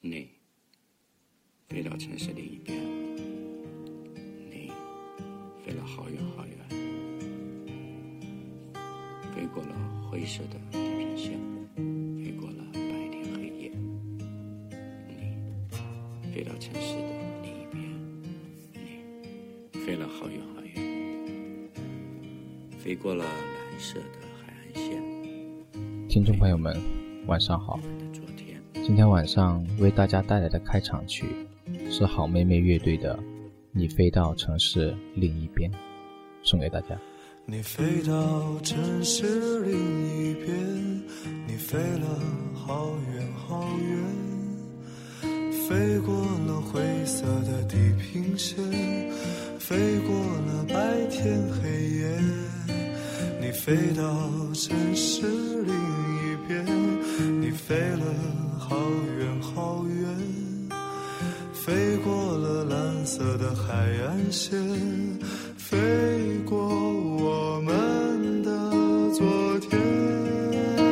你飞到城市另一边，你飞了好远好远，飞过了灰色的地平线，飞过了白天黑夜，你飞到城市的另一边，你飞了好远好远，飞过了蓝色的海岸线，听众朋友们，晚上好！我的昨天。今天晚上为大家带来的开场曲是好妹妹乐队的《你飞到城市另一边》，送给大家。你飞到城市另一边，你飞了好远好远，飞过了灰色的地平线，飞过了白天黑夜。你飞到城市另一边，你飞了好远好远。飞过了蓝色的海岸线，飞过我们的昨天。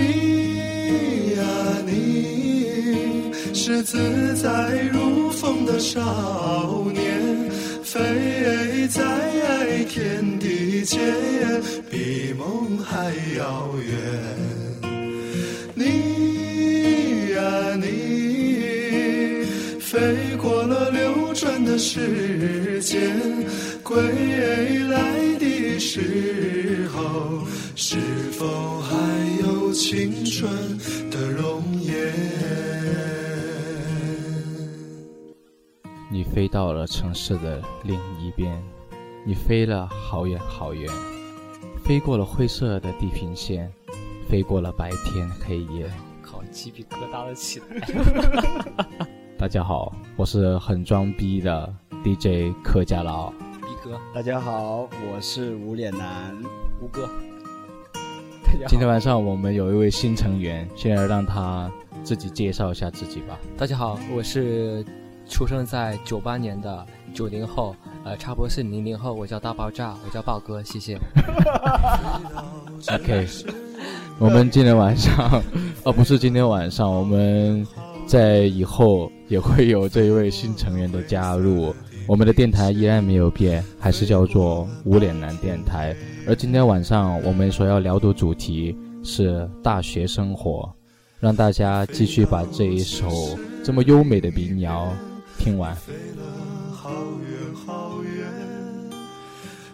你呀你，是自在如风的少年，飞在天地间，比梦还遥远。你呀、你，飞过了流转的时间，归来的时候，是否还有青春的容颜？你飞到了城市的另一边，你飞了好远好远，飞过了灰色的地平线，飞过了白天黑夜。靠，鸡皮疙瘩都起来了。大家好，我是很装逼的 DJ 客家佬。逼哥，大家好，我是无脸男。吴哥，大家今好，天晚上我们有一位新成员，现在让他自己介绍一下自己吧。大家好，我是出生在九八年的九零后，呃，差不多是零零后。我叫大爆炸，我叫豹哥，谢 谢。 OK，我们今天晚上， 哦，不是今天晚上，我们在以后也会有这一位新成员的加入。我们的电台依然没有变，还是叫做无脸男电台。而今天晚上我们所要聊的主题是大学生活，让大家继续把这一首这么优美的民谣听完。飞了好远好远，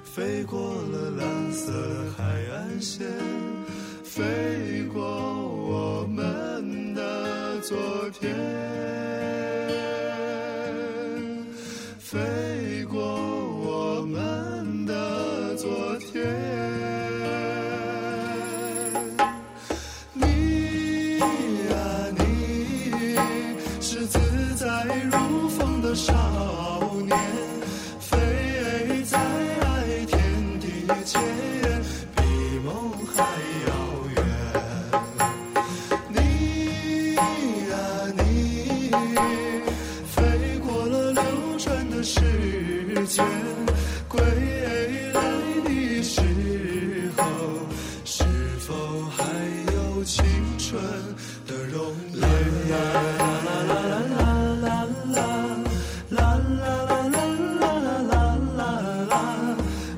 飞过了蓝色的海岸线，飞过我们的昨天，飞过我们的昨天。你呀、你是自在如风的少年，飞在天地间，比梦还遥远。你呀、你，飞过了流转的时间，归来的时候，是否还有青春的容颜？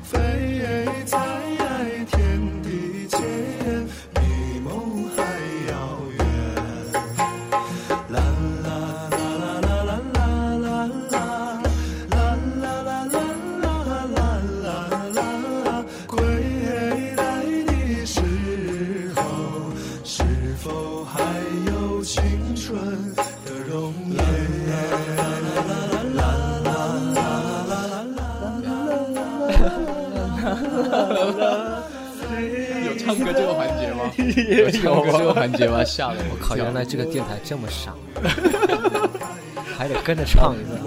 飞在天地间，比梦还遥远。归来的时候，是否还有青春的容颜？有唱歌这个环节吗？有唱歌这个环节吗？吓得我靠，原来这个电台这么 傻，还得跟着唱一段。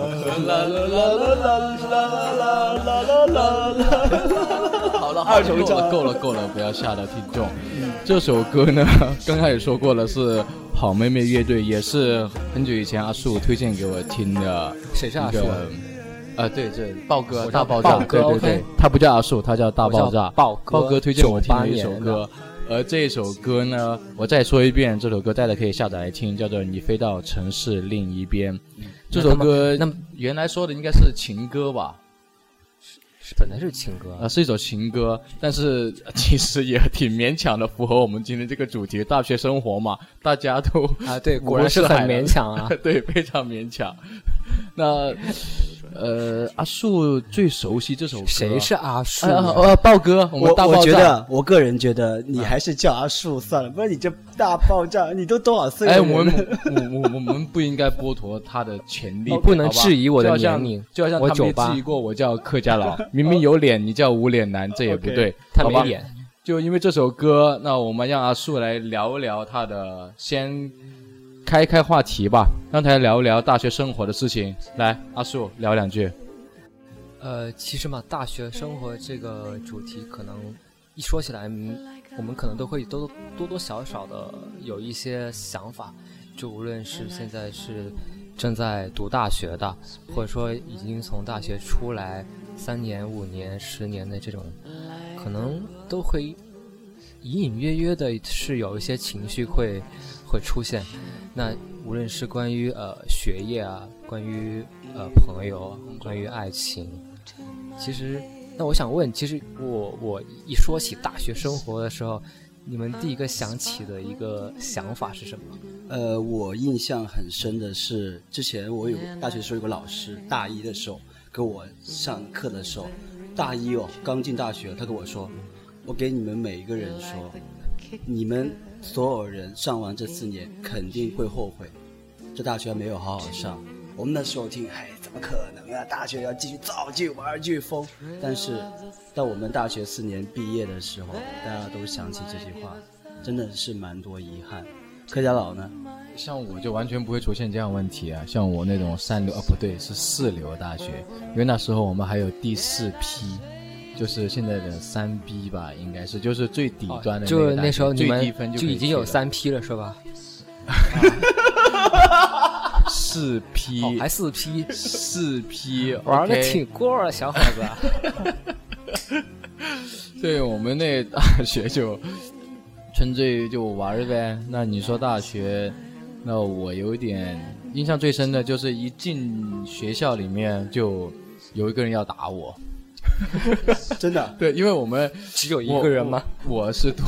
好了，二重唱 够了够了，不要吓到听众。这首歌呢， 刚开始说过了，是好妹妹乐队，也是很久以前阿树推荐给我听的。谁是阿树啊一个？呃，对，这豹哥我大叫爆炸，豹哥对对对 OK，他不叫阿树，他叫大爆我炸。叫豹哥豹哥推荐我听98的一首年的歌，而这首歌呢，我再说一遍，这首歌大家可以下载来听，叫做《你飞到城市另一边》。这首歌，嗯那么原来说的应该是情歌吧？是本来是情歌啊、，是一首情歌，但是呃其实也挺勉强的，符合我们今天这个主题——大学生活嘛，大家都啊，对，五果然湖是四很海的勉强 啊。 对，非常勉强。那呃，阿树最熟悉这首歌，谁是阿树哎？呀？啊呃，豹哥，我们我大爆我炸。觉得，我个人觉得你还是叫阿树算了，不然你这大爆炸，你都多少岁了？哎，我们我我我们不应该剥夺他的权利，哦不能好吧质疑我的就好像年龄就好像我他没98质疑过我叫客家佬，明明有脸，你叫无脸男，这也不 OK 对，他好没吧。演，就因为这首歌，那我们让阿树来聊一聊他的，先开开话题吧，让他聊一聊大学生活的事情。来，阿树聊两句。呃，其实嘛，大学生活这个主题，可能一说起来，嗯我们可能都会多多多少少的有一些想法，就无论是现在是正在读大学的，或者说已经从大学出来三年、五年、十年的这种，可能都会隐隐约约的是有一些情绪会会出现。那无论是关于呃学业啊，关于呃朋友啊，关于爱情，其实那我想问，其实我我一说起大学生活的时候，你们第一个想起的一个想法是什么？呃，我印象很深的是，之前我有大学时候有个老师，大一的时候跟我上课的时候，大一哦，刚进大学，他跟我说，我给你们每一个人说，你们所有人上完这四年肯定会后悔，这大学没有好好上。我们那时候听，哎，怎么可能啊？大学要继续造就、玩儿、去疯。但是，到我们大学四年毕业的时候，大家都想起这句话，真的是蛮多遗憾。客家佬呢？像我就完全不会出现这样的问题啊，像我那种三流啊，不对，是四流大学，因为那时候我们还有第四批，就是现在的三 B 吧，应该是就是最底端的个大学、哦就是那时候你最们低分就可以已经去有了三批了是吧？四批，哦，还四 批，四批，玩的 OK 挺过啊，小伙子。 对我们那大学就纯粹就玩儿呗。那你说大学，那我有点印象最深的就是一进学校里面就有一个人要打我。真的，对，因为我们只有一我个人吗？？我我是读，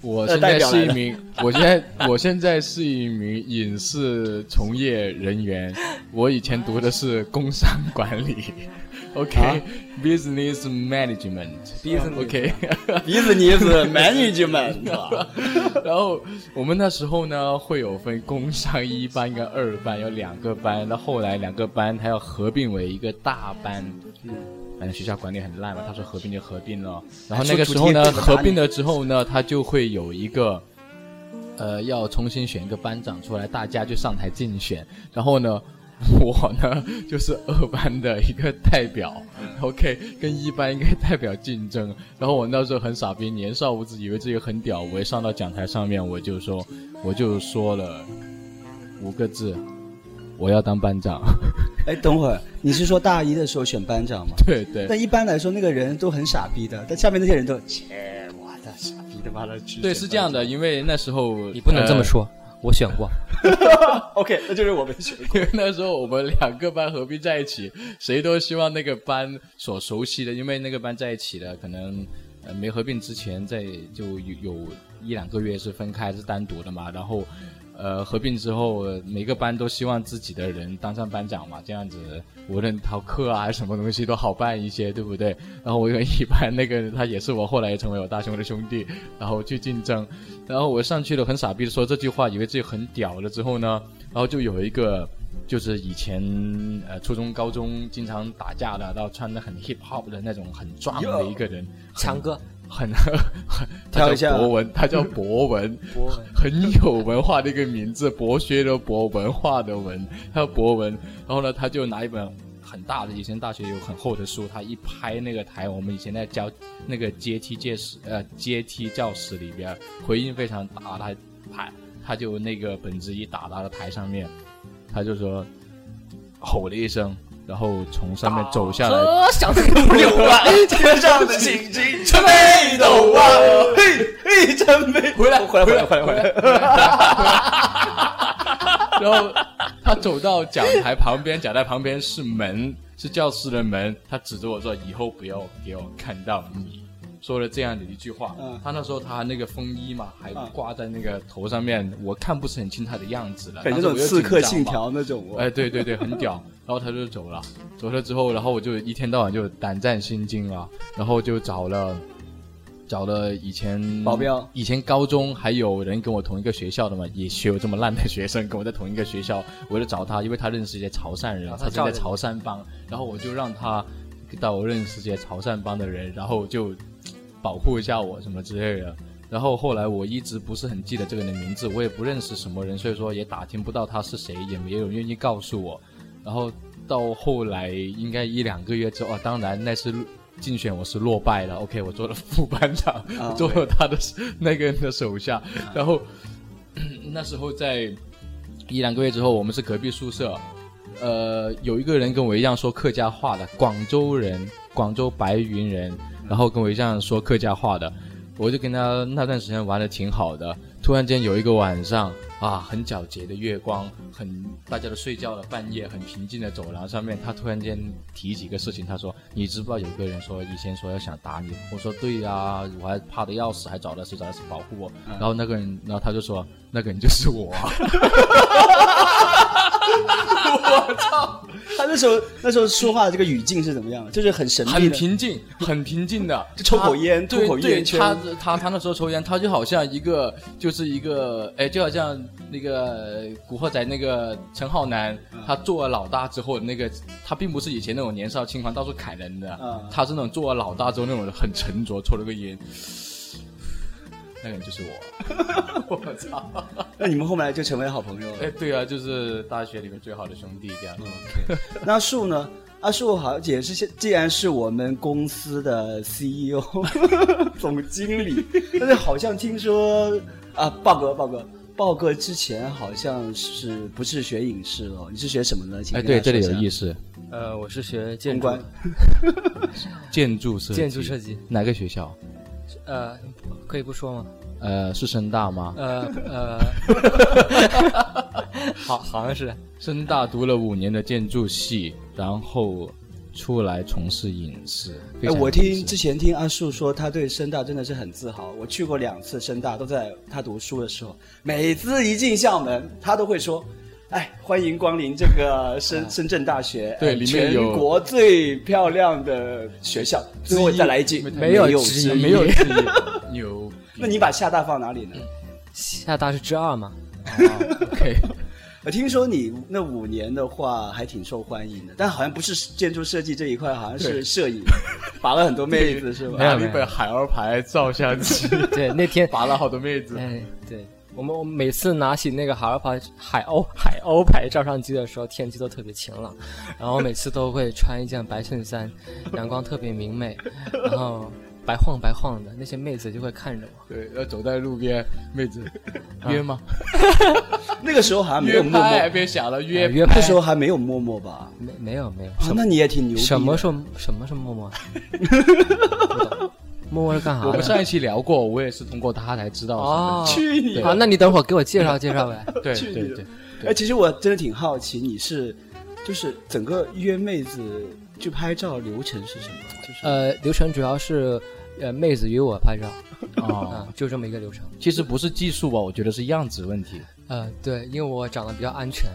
我现在代表是来一了名，我现在我现在是一名影视从业人员，我以前读的是工商管理。OK，business、management，business OK，鼻子 捏子 management，然后我们那时候呢，会有分工商一班跟二班，有两个班。那后来两个班它要合并为一个大班。反正学校管理很烂嘛，他说合并就合并了。然后那个时候呢，说主题合并了之后呢，他就会有一个，呃，要重新选一个班长出来，大家就上台竞选。然后呢，我呢就是二班的一个代表，OK，跟一 班一个代表竞争。然后我那时候很傻逼，年少无知，以为自己很屌。我一上到讲台上面，我就说，我就说了五个字，我要当班长。 哎，等会儿你是说大一的时候选班长吗？对对但一般来说，那个人都很傻逼的，但下面那些人都，切，我的傻逼他妈的去选班长。对，是这样的，因为那时候你不能这么呃说，我选过。 OK，那就是我们选。因为那时候我们两个班合并在一起，谁都希望那个班所熟悉的，因为那个班在一起的，可能呃没合并之前在就有有一两个月是分开是单独的嘛，然后呃合并之后，每个班都希望自己的人当上班长嘛，这样子无论逃课啊什么东西都好办一些，对不对？然后我有一班那个他也是我后来也成为我大兄的兄弟，然后去竞争，然后我上去了很傻逼的说这句话，以为自己很屌了之后呢，然后就有一个就是以前呃初中高中经常打架的，然后穿的很 hip hop 的那种很壮的一个人，强哥，很很他跳一叫下博文，他叫博文，博文很有文化的一个名字，博学的博，文化的文，他叫博文。然后呢，他就拿一本很大的，以前大学有很厚的书，他一拍那个台，我们以前在教那个阶梯教室，呃，阶梯教室里边回音非常大，他拍他就那个本子一打到了台上面，他就说吼了一声，然后从上面走下来，我想的不有 啊，天上的星星全没懂啊，嘿嘿，真没回来，回来，回来，回来， 回来。然后他走到讲台旁边，讲台旁边是门，是教室的门。他指着我说：“以后不要给我看到你。”说了这样的一句话。嗯他那时候他那个风衣嘛，还挂在那个头上面，我看不是很清他的样子了。那当时种我又刺客紧张信嘛条那种，哎，对对对，很屌。然后他就走了，走了之后，然后我就一天到晚就胆战心惊啊，然后就找了找了以前保镖以前高中还有人跟我同一个学校的嘛，也有这么烂的学生跟我在同一个学校，我就找他，因为他认识一些潮汕人，然后哦他他是叫在你潮汕帮，然后我就让他到我认识一些潮汕帮的人，然后就保护一下我什么之类的。然后后来我一直不是很记得这个人的名字，我也不认识什么人，所以说也打听不到他是谁，也没有人愿意告诉我。然后到后来应该一两个月之后，啊、当然那次竞选我是落败了，OK，我做了副班长，啊做了他的那个人的手下。然后那时候在一两个月之后，我们是隔壁宿舍，呃，有一个人跟我一样说客家话的，广州人，广州白云人，然后跟我一样说客家话的，我就跟他那段时间玩的挺好的。突然间有一个晚上啊，很皎洁的月光，很大家都睡觉了，半夜很平静的走廊上面，他突然间提起一个事情，他说：“你知不知道有个人说以前说要想打你？”我说：“对呀、我还怕的要死，还找到谁找到谁保护我。”然后那个人，然后他就说：“那个人就是我、啊。”他那时候那时候说话的这个语境是怎么样的？就是很神秘很的，平 静，很平静的，就抽口烟他吐口对对，烟圈他他他那时候抽烟，他就好像一个就是一个，哎，就好像那个《古惑仔》那个陈浩南，嗯他做了老大之后，那个他并不是以前那种年少轻狂到处砍人的，嗯他是那种做了老大之后那种很沉着，抽了个烟。那个人就是我，我操！那你们后来就成为好朋友了。哎，对啊，就是大学里面最好的兄弟这样。嗯 那树呢？阿树好像也是现，既然是我们公司的 CEO 总经理，但是好像听说啊，豹哥，豹哥，豹哥之前好像是不是学影视哦？你是学什么呢？请哎，跟大对，这家里有说一下意思，呃，我是学建公筑关，建筑设计，建筑设计，哪个学校？呃，可以不说吗？呃，是深大吗？呃 呃，好好像是深大读了五年的建筑系，然后出来从事影视。非哎，常我有听意思之前听阿树说，他对深大真的是很自豪。我去过两次深大，都在他读书的时候，每次一进校门，他都会说：“哎，欢迎光临这个深深圳大学，啊对哎里面有全国最漂亮的学校。”最后再来一句：“没有有之一一没有之一嗯牛逼。那你把厦大放哪里呢？厦大是之二嘛？ OK？我听说你那五年的话还挺受欢迎的，但好像不是建筑设计这一块，好像是摄影，拔了很多哎 妹子是吧？拿了一本海鸥牌照相机，对，那天拔了好多妹子。哎，对，我们我们每次拿起那个海鸥牌海鸥海鸥牌照相机的时候，天气都特别晴朗，然后每次都会穿一件白衬衫，阳光特别明媚，然后白晃白晃的，那些妹子就会看着我。对，要走在路边，妹子啊约吗？那个时候好像没有约陌拍，啊陌，别想了，哎约约那拍时候还没有陌陌吧？没没有没有啊，那你也挺牛逼的。什么时候什么是默 默？默默是干啥的？我们上一期聊过，我也是通过他才知道的。哦，去你啊！那你等会儿给我介绍介绍呗。对去对你的对，哎，其实我真的挺好奇，你是就是整个约妹子去拍照流程是什么？就是呃，流程主要是呃妹子约我拍照哦，啊，就这么一个流程。其实不是技术吧，我觉得是样子问题。呃，对，因为我长得比较安全，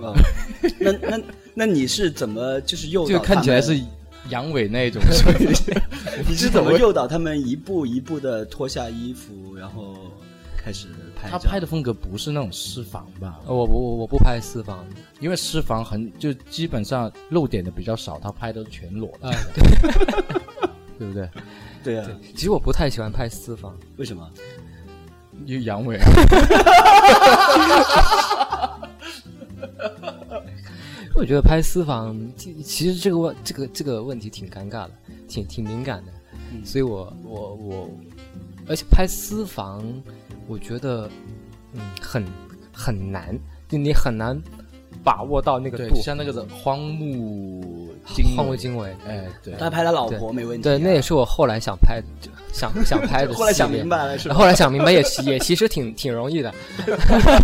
啊，那那那你是怎么就是诱导就看起来他们是阳痿那一种，所以你是怎么诱导他们一步一步的脱下衣服，然后开始拍他照？拍的风格不是那种私房吧？呃我不我我不拍私房的。因为私房很就基本上露点的比较少，他拍都是全裸的，啊、 对，对不对？对啊，其实我不太喜欢拍私房，为什么？有阳痿，啊我觉得拍私房，其其实这个问这个这个问题挺尴尬的，挺挺敏感的，嗯所以我我我，而且拍私房，我觉得嗯很很难，就你很难把握到那个对，度。像那个荒木经换过经纬。哎，对，他拍他老婆没问题啊、对，那也是我后来想拍，想想 拍的系列。后来想明白了是 吧？后来想明白也其也其实挺挺容易的，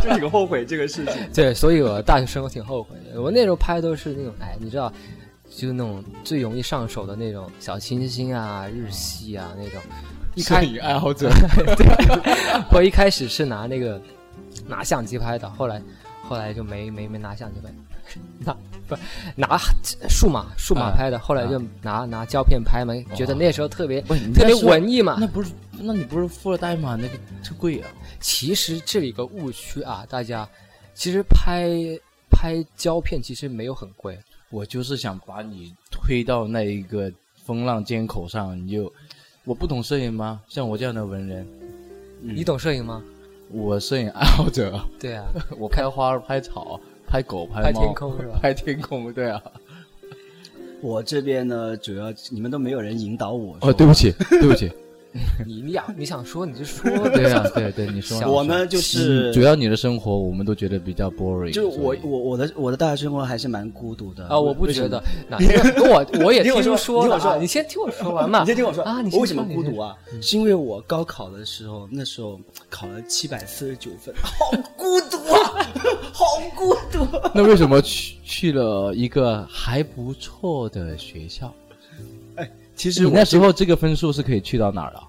就挺后悔这个事情。对，所以我大学生活挺后悔的。我那时候拍都是那种，哎，你知道，就是那种最容易上手的那种小清新啊、日系啊那种。一摄开影爱好者，我一开始是拿那个拿相机拍的，后来后来就没没没拿相机拍，拿不拿数码数码啊拍的，后来就拿、拿胶片拍嘛，觉得那时候特别 喂你特别在说文艺嘛啊那。不是，那你不是富二代吗？那个特贵啊，其实这里有个误区啊，大家其实拍拍胶片其实没有很贵，我就是想把你推到那一个风浪尖口上，你就，我不懂摄影吗？像我这样的文人，嗯嗯你懂摄影吗？我摄影爱好者，对啊，我拍花、拍草、拍狗、拍拍猫天空是 吧拍天空，对啊。我这边呢，主要你们都没有人引导我。哦，对不起，对不起，你你想你想说你就说， 对啊，对对，你说是吧，我呢就是嗯主要你的生活我们都觉得比较 boring，就是所我以 我我的我的大学生活还是蛮孤独的 啊，我不为什觉么得，那我我也听听我说说听了我说啊，你先听我说完嘛。你 先听我说啊，你我为什先么说孤独？啊？是因为我高考的时候，那时候考了七百四十九 分，好孤独啊，好孤独。那为什么去去了一个还不错的学校？其实你我那时候这个分数是可以去到哪儿啊了？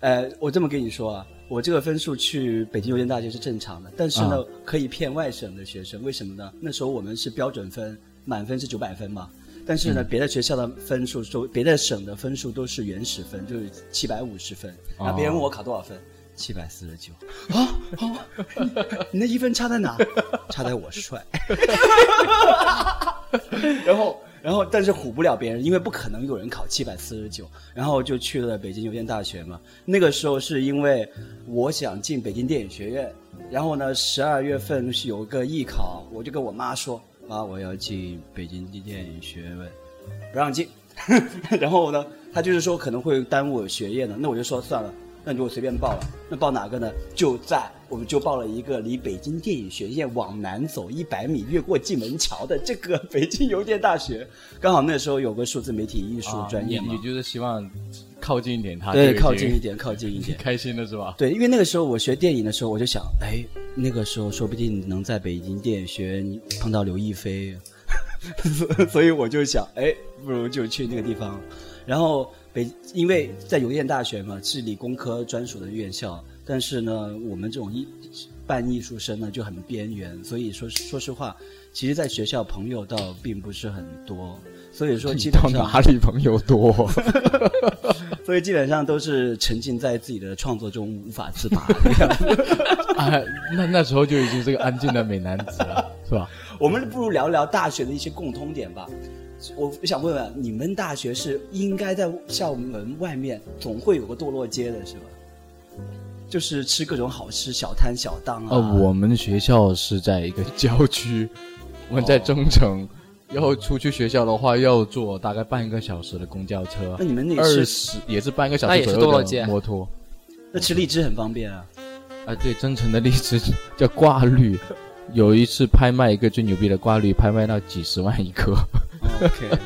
呃，我这么跟你说啊，我这个分数去北京邮电大学是正常的，但是呢，可以骗外省的学生，为什么呢？那时候我们是标准分，满分是九百分嘛。但是呢，别的学校的分数都，别的省的分数都是原始分，就是七百五十分。啊，别人问我考多少分，七百四十九。啊， 你那一分差在哪？差在我帅。然后，然后，但是唬不了别人，因为不可能有人考七百四十九。然后就去了北京邮电大学嘛。那个时候是因为我想进北京电影学院，然后呢，十二月份是有个艺考，我就跟我妈说：“妈，我要进北京电影学院，不让进。” 然后呢，她就是说可能会耽误我学业呢。那我就说算了，那你就随便报了。那报哪个呢？就在我们就报了一个离北京电影学院往南走一百米，越过蓟门桥的这个北京邮电大学。刚好那时候有个数字媒体艺术专业啊你嘛，你就是希望靠近一点他，就已对，经靠近一，点，靠近一 点。开心了是吧？对，因为那个时候我学电影的时候，我就想，哎，那个时候说不定能在北京电影学院碰到刘亦菲， 所以我就想，哎，不如就去那个地方。然后北，因为在邮电大学嘛，是理工科专属的院校，但是呢，我们这种艺办艺术生呢就很边缘，所以说说实话，其实在学校朋友倒并不是很多，所以说基你本到上哪里朋友多？ 所以基本上都是沉浸在自己的创作中无法自拔。啊，那那时候就已经是个安静的美男子 了，是吧？我们不如聊聊大学的一些共通点吧。我想问问，你们大学是应该在校门外面总会有个堕落街的是吧？就是吃各种好吃小摊小档啊。呃，我们学校是在一个郊区， 我们在增城，要出去学校的话要坐大概半个小时的公交车那，你们那二是十也是半个小那时也是左多右了的街摩托。那吃荔枝很方 便啊。啊，对，增城的荔枝 叫挂绿，有一次拍卖一个最牛逼的挂绿，拍卖到几十万一颗。 OK OK，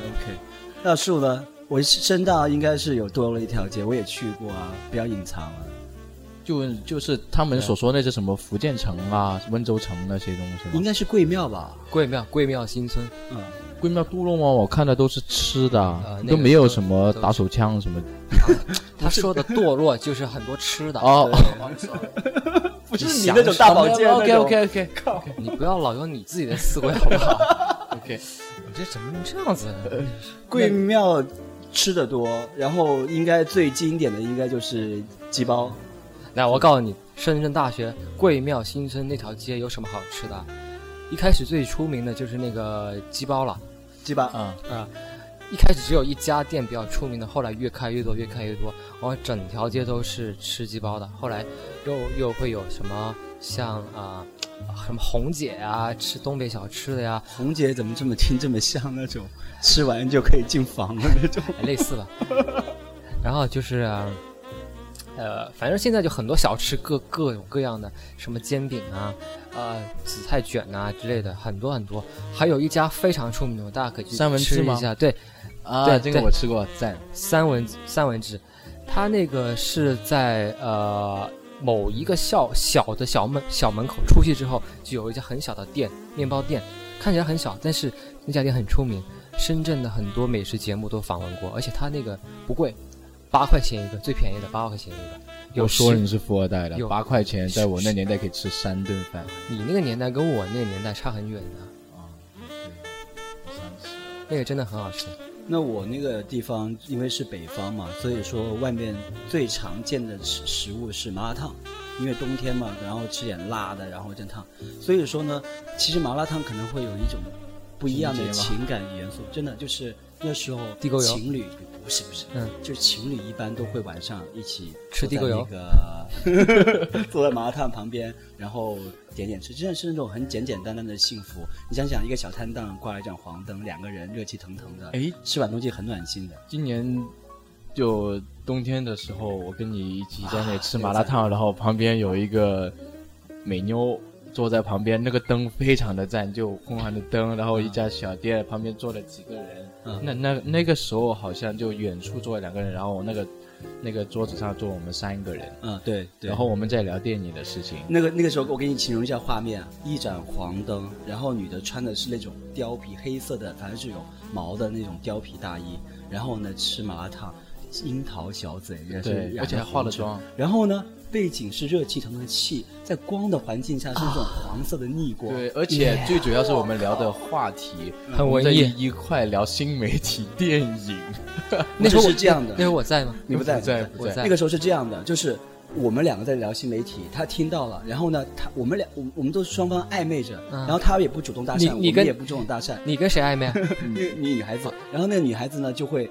那树呢？我深大应该是有堕落一条街，我也去过啊，不要隐藏啊。 就就是他们所说那些什么福建城啊、温州城那些东西应吗？该是贵庙吧？桂庙桂庙啊新 村，嗯，龟庙肚肉吗？我看的都是吃的，啊那都个没有都什么都打手枪什么。他说的堕落就是很多吃 的哦不是你你那种大保健那 OK 种。 OK OK 对你不要老用你自己的思维好不 好？ OK， 你这怎么这样子？啊 贵庙吃的多，然后应该最经典的应该就是鸡煲。来，我告诉你，深圳大学桂庙新村那条街有什么好吃的？啊一开始最出名的就是那个鸡煲了，鸡巴，啊，一开始只有一家店比较出名的，后来越开越多，越开越多，然后整条街都是吃鸡煲的。后来又又会有什么像啊、什么红姐啊，吃东北小吃的呀， 红姐怎么这么听这么像那种吃完就可以进房的那种？哎类似吧。然后就是、呃呃，反正现在就很多小吃各各种各样的，什么煎饼啊，呃，紫菜卷啊之类的，很多很多。还有一家非常出名的，大家可以去三文治吃吗一下。对，啊，对这个对我吃过，赞。三文三文治，它那个是在呃某一个校小的小门小门口出去之后，就有一家很小的店，面包店，看起来很小，但是那家店很出名，深圳的很多美食节目都访问过，而且它那个不贵，八块钱一个，最便宜的八块钱一个。有我说十你是富二代了，有八块钱在我那年代可以吃三顿饭。你那个年代跟我那个年代差很远的，那个真的很好吃。 那我那个地方因为是北方嘛，所以说外面最常见的食食物是麻辣烫，因为冬天嘛，然后吃点辣的，然后蒸烫。所以说呢，其实麻辣烫可能会有一种不一样的情节情感元素，真的就是那时候地沟油情侣不是不是，嗯，就是情侣一般都会晚上一起吃地沟油坐在那个 坐在麻辣烫旁边，然后点点吃，真的是那种很简简单单的幸福。你想想，一个小摊档挂了一盏黄灯，两个人热气腾腾的，哎，吃碗东西很暖心的。今年就冬天的时候，我跟你一起在那里吃麻辣烫，然后旁边有一个美妞坐在旁边，那个灯非常的赞，就昏黄的灯，然后一家小店旁边坐了几个人。嗯那那那个时候好像就远处坐了两个人，然后我那个那个桌子上坐我们三个人，嗯，对对。然后我们在聊电影的事情。那个那个时候，我给你形容一下画面啊，一盏黄灯，然后女的穿的是那种貂皮黑色的，反正是有毛的那种貂皮大衣，然后呢吃麻辣烫，樱桃小嘴，也是对染而且还着化了红唇妆，然后呢背景是热气腾腾的气，在光的环境下是那种黄色的逆光，对，呃而且最主要是我们聊的话题很文在艺嗯一块聊新媒体电 影。那时时候候我是这样那时的，候我在吗？你不在不在我在那个时候是这样的，就是我们两个在聊新媒体，他听到了，然后呢，他我们俩我们我们都双方暧昧着，嗯然后他也不主动搭你讪，你我跟们也不主动搭讪，你跟谁暧昧啊？那个女女孩子，然后那个女孩子呢就会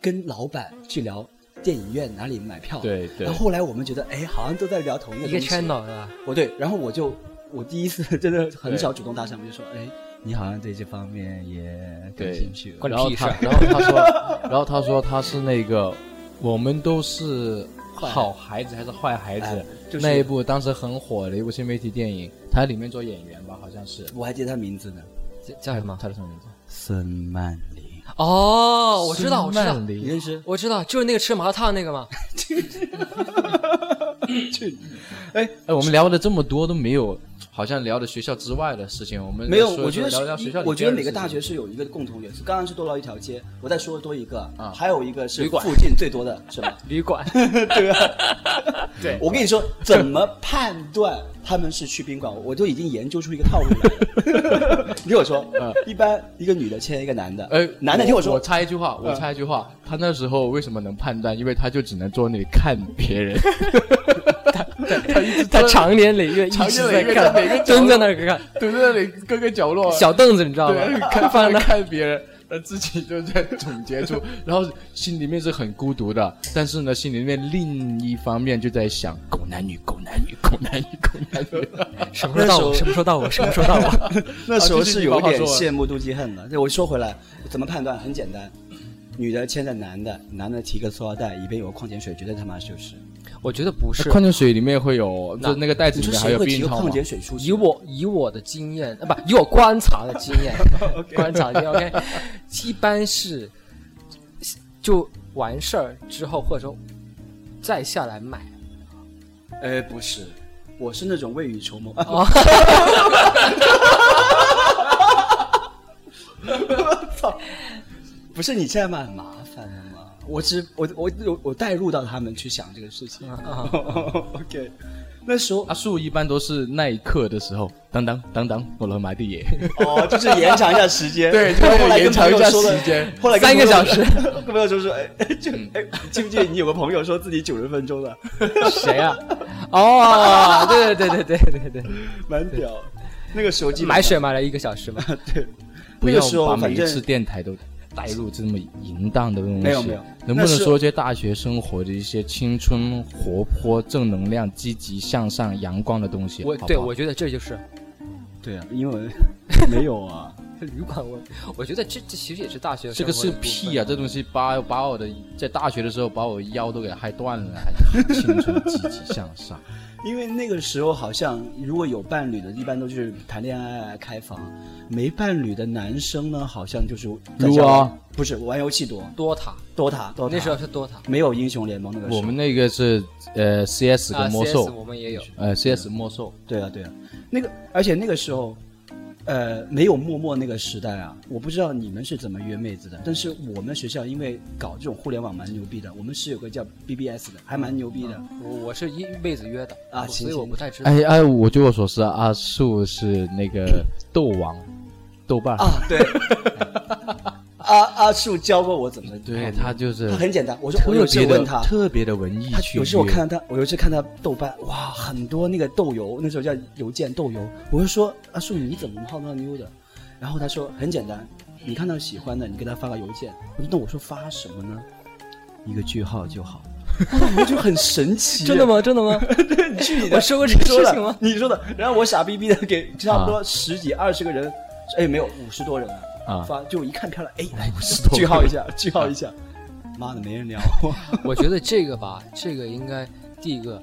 跟老板去聊电影院哪里买票。对对然后后来我们觉得，哎，好像都在聊同一个一个东西 channel 是吧？我哦对，然后我就我第一次 真的很少主动搭讪，我就说，哎，你好像对这方面也感对兴趣。关然后屁他事儿，然后他说， 然后他说他是那个，我们都是好孩子还是坏孩子哎？就是那一部当时很火的一部新媒体电影，他在里面做演员吧，好像是。我还记得他名字呢，叫叫什么？他的什么名字？孙曼玲，哦，我知道，我知道孙，曼你玲认识？我知道，就是那个吃麻辣烫那个 嘛。哎，我们聊了这么多都没有，好像聊的学校之外的事情。我们没有，说一我觉得说聊聊学是校，里我觉得边的每个事大情学是有一个共同元素。刚刚是多捞一条街，我再说多一个，啊还有一个是旅馆附近最多的 是吧？旅馆，对啊。对我跟你说，怎么判断他们是去宾馆，我都已经研究出一个套路来了。 你听我说，一般一个女的牵一个男的，呃，男的听嗯我嗯说，我插一句话，我插一句话，他那时候为什么能判断？因为他就只能坐那里看别人， 他一直 他长年累月 一长直年累在月看在每个，蹲在那儿看蹲在那里各个角落，小凳子，你知道吗 对，？看放放在那着儿看别人，然后自己就在总结出，然后心里面是很孤独的，但是呢，心里面另一方面就在想狗男女，狗男女，狗男女，狗男女。什么时候到我？什么时候到我？什么时候到 我？那时候啊就是是有你把话点说完羡慕妒忌恨的。对，我说回来，怎么判断？很简单，女的牵着男的，男的提个塑料袋，里边有个矿泉水，绝对他妈就是。我觉得不是。矿泉水里面会有，就那个袋子你里说面哎还谁有会避提孕个套矿吗？泉水出去？以我以我的经验啊，不以我观察的经 验，观察经验 OK，一般是就完事儿之后，或者说再下来买。哎呃，不是，我是那种未雨绸缪。啊哦我操！ 不是你这样嘛，很麻烦的嘛。我只我我我我带入到他们去想这个事情。啊 OK，那时候阿啊树一般都是那一刻的时候，当当当当，我来买的野。 哦，就是延长一下时间。对然后后来延跟长朋一友下说了时间嗯后来跟三个朋友小时 跟朋友说说，哎，哎就哎，记不记得你有个朋友说自己九十分钟了， 谁啊？哦，对对对对对对对，蛮屌。那个时候基本上买水买了一个小 时嘛。不那要个时候把每反一次正电台都带入这么淫荡的东西。没有没有能不能那是说些大学生活的一些青春、活泼、正能量、积极向上、阳光的东西？我好不好对我觉得这就是 对啊，因为没有啊，旅馆味。我觉得这这其实也是大学这生个活的是一部屁分啊！这东西把把我的在大学的时候把我腰都给害断了，还青春积极向 上。因为那个时候好像如果有伴侣的，一般都是谈恋爱啊开房；没伴侣的男生呢，好像就是在撸家啊玩，不是玩游戏多多塔，多塔多塔。哦那时候是多塔没有英雄联盟那个时候。我们那个是呃 CS 啊跟魔，CS 兽，我们也有。呃 CS 魔兽，对啊对啊，那个而且那个时候，呃，没有陌陌那个时代啊，我不知道你们是怎么约妹子的，但是我们学校因为搞这种互联网蛮牛逼的，我们是有个叫 BBS 的，还蛮牛逼嗯的。我我是一妹子约的啊我所行以行我不太知道。哎哎，我据我所知啊，阿树是那个 豆王，豆瓣儿，啊，对，阿阿啊树教过我怎么对泡他妞就是他很简单，我说我特有次别问的他，特别的文艺他去约。有时候我看到他，我有一次看他豆瓣，哇，很多那个豆油，那时候叫邮件豆油，我就说阿树你怎么泡到妞的？然后他说很简单，你看到喜欢的，你给他发个邮件。我说那我说发什么呢？一个句号就好。 我就很神奇，真 的？吗？真的吗？你去你的，我 说过你这个说事的情 吗？你说的，然后我傻逼逼的给差不多十几二十个人，哎，没有五十多人啊发就一看漂亮，哎，五十多个句号一下，句号一下，妈的没 人聊我。我觉得这个吧，这个应该第一个，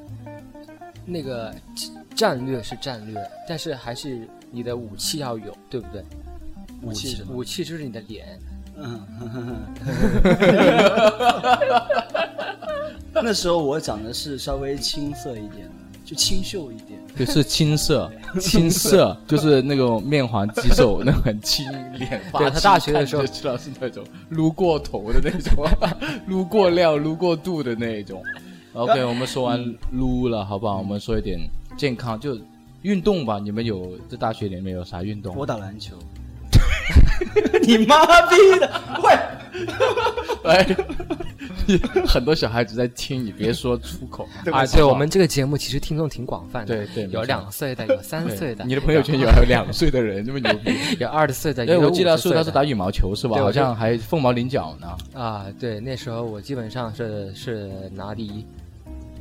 那个战略是战略，但是还是你的武器要有，对不对？武器是什么武器就是你的脸。嗯， 那时候我长得是稍微青涩一点的，就清秀一点。就是青涩，青涩就是那种面黄肌瘦，那种很青脸发青。对他大学的时候看着就知道是那种撸过头的那种， 撸过料、撸过度的那一种。OK，我们说完撸了，好不好？我们说一点健康，就运动吧。你们有在大学里面有啥运动？我打篮球，你妈逼的！喂， 哎， 很多小孩子在听，你别说出口而啊！且对我们这个节目其实听众挺广泛的，对对没错有两岁的，有 三岁的，你的朋友圈有还有两岁的人，这么牛逼。有二十岁的，对，有我记得50岁说的他是打羽毛球是吧？对我好就像还凤毛麟角呢。啊，对，那时候我基本上是是拿第一，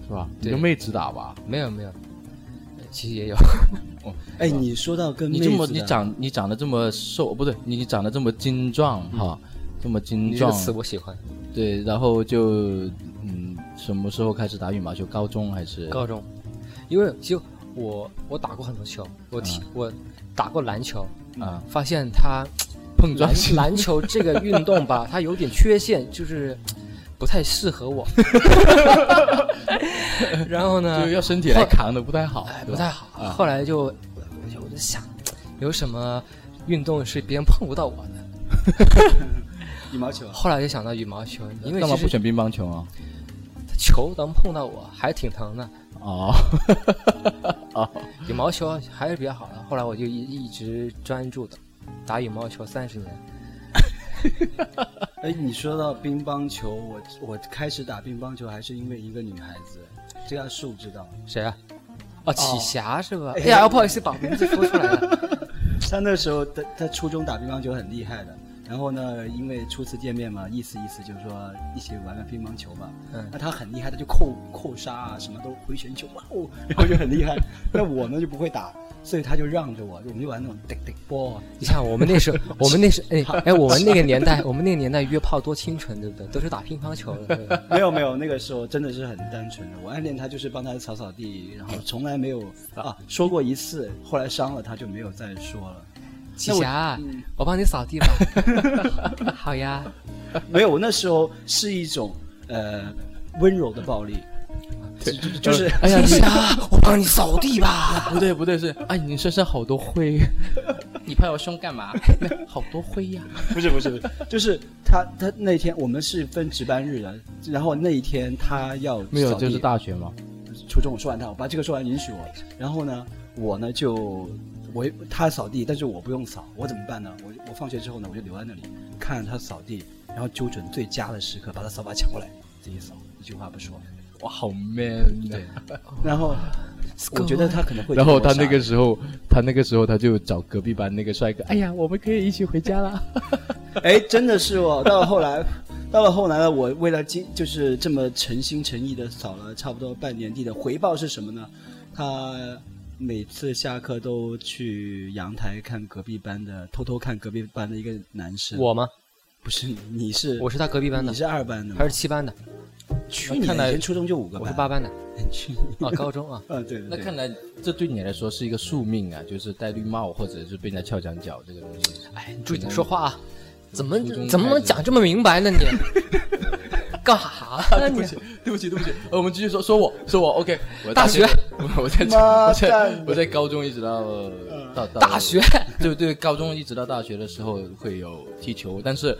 是吧？你对跟妹子打吧。没有没有，其实也有，哎，你说到跟你这么妹子的你长你长得这么瘦，不对，你你长得这么精壮哈，这么精你这壮个，词我喜欢。对，然后就嗯，什么时候开始打羽毛球？高中还是？高中，因为就我我打过很多球，我踢、我打过篮球，啊，发现它 碰撞篮性篮球这个运 动吧，它有点缺陷，就是不太适合我。然后呢就，要身体来扛的不太好，哎对不吧太好。啊后来就我就我就想，有什么运动是别人碰不到我的？羽毛球啊，后来就想到羽毛球，因为干嘛不其实选乒乓球啊？球能碰到我还挺疼的。哦，羽毛球还是比较好的。后来我就一一直专注的打羽毛球三十年。哎，你说到乒乓球，我我开始打乒乓球还是因为一个女孩子，这个树知道。谁啊？哦，启霞是吧？哎哎呀，不好意思，把名字说出来了。他那时候他他初中打乒乓球很厉害的，然后呢，因为初次见面嘛，意思意思就是说一起玩玩乒乓球吧。嗯那他很厉害，他就扣扣杀啊，什么都回旋球，哇哦，然后就很厉害。那我呢就不会打，所以他就让着我，我们就玩那种滴滴波。你看，我们那时候，我们那时候，哎哎，我们那个年代， 我们那个年代约炮多清纯，对不对？都是打乒乓球的。对不对没有没有，那个时候真的是很单纯的，我暗恋他就是帮他扫扫地，然后从来没有啊说过一次，后来伤了他就没有再说了。启霞，啊我帮你扫地吧。 好呀，没有，我那时候是一种呃温柔的暴力，就就就是。哎 呀，启你霞，我帮你扫地吧。不对不对是，哎，你身上好多灰，你拍我胸干嘛？好多灰呀！不是不是不是，就是他他那天我们是分值班日的，然后那一天他要没有，扫地就是大学嘛。初中我说完他，我把这个说完允许我，然后呢，我呢就我他扫地，但是我不用扫，我怎么办呢？我我放学之后呢，我就留在那里看着他扫地，然后揪准最佳的时刻把他扫把抢过来，自己扫，一句话不说，哇，好 man 对。然后。我觉得他可能会。哦然后他那个，时候，他那个时候他就找隔壁班那个帅哥，哎呀，我们可以一起回家啦。 哎，真的是哦。到了后来， 到了后来呢，我为了今就是这么诚心诚意的扫了差不多半年地的回报是什么呢？他每次下课都去阳台看隔壁班的，偷偷看隔壁班的一个男生。我吗？不是你，你是我是他隔壁班的你，是二班的吗？还是七班的？去那年看来以前初中就五个班，我是八班的去你啊，高中啊，啊，对对 那对。看来这对你来说是一个宿命啊，就是戴绿帽或者是被人家翘墙角这个东西。哎，你注意点说话啊！怎么中怎么开能始讲这么明白呢你？干啊啥呢你？ 对不起，对不起，呃，我们继续说，说我，说我，OK，我大学， 我我在 我在我在高中一直到呃到到大学，对对，高中一直到大学的时候会有踢球，但是，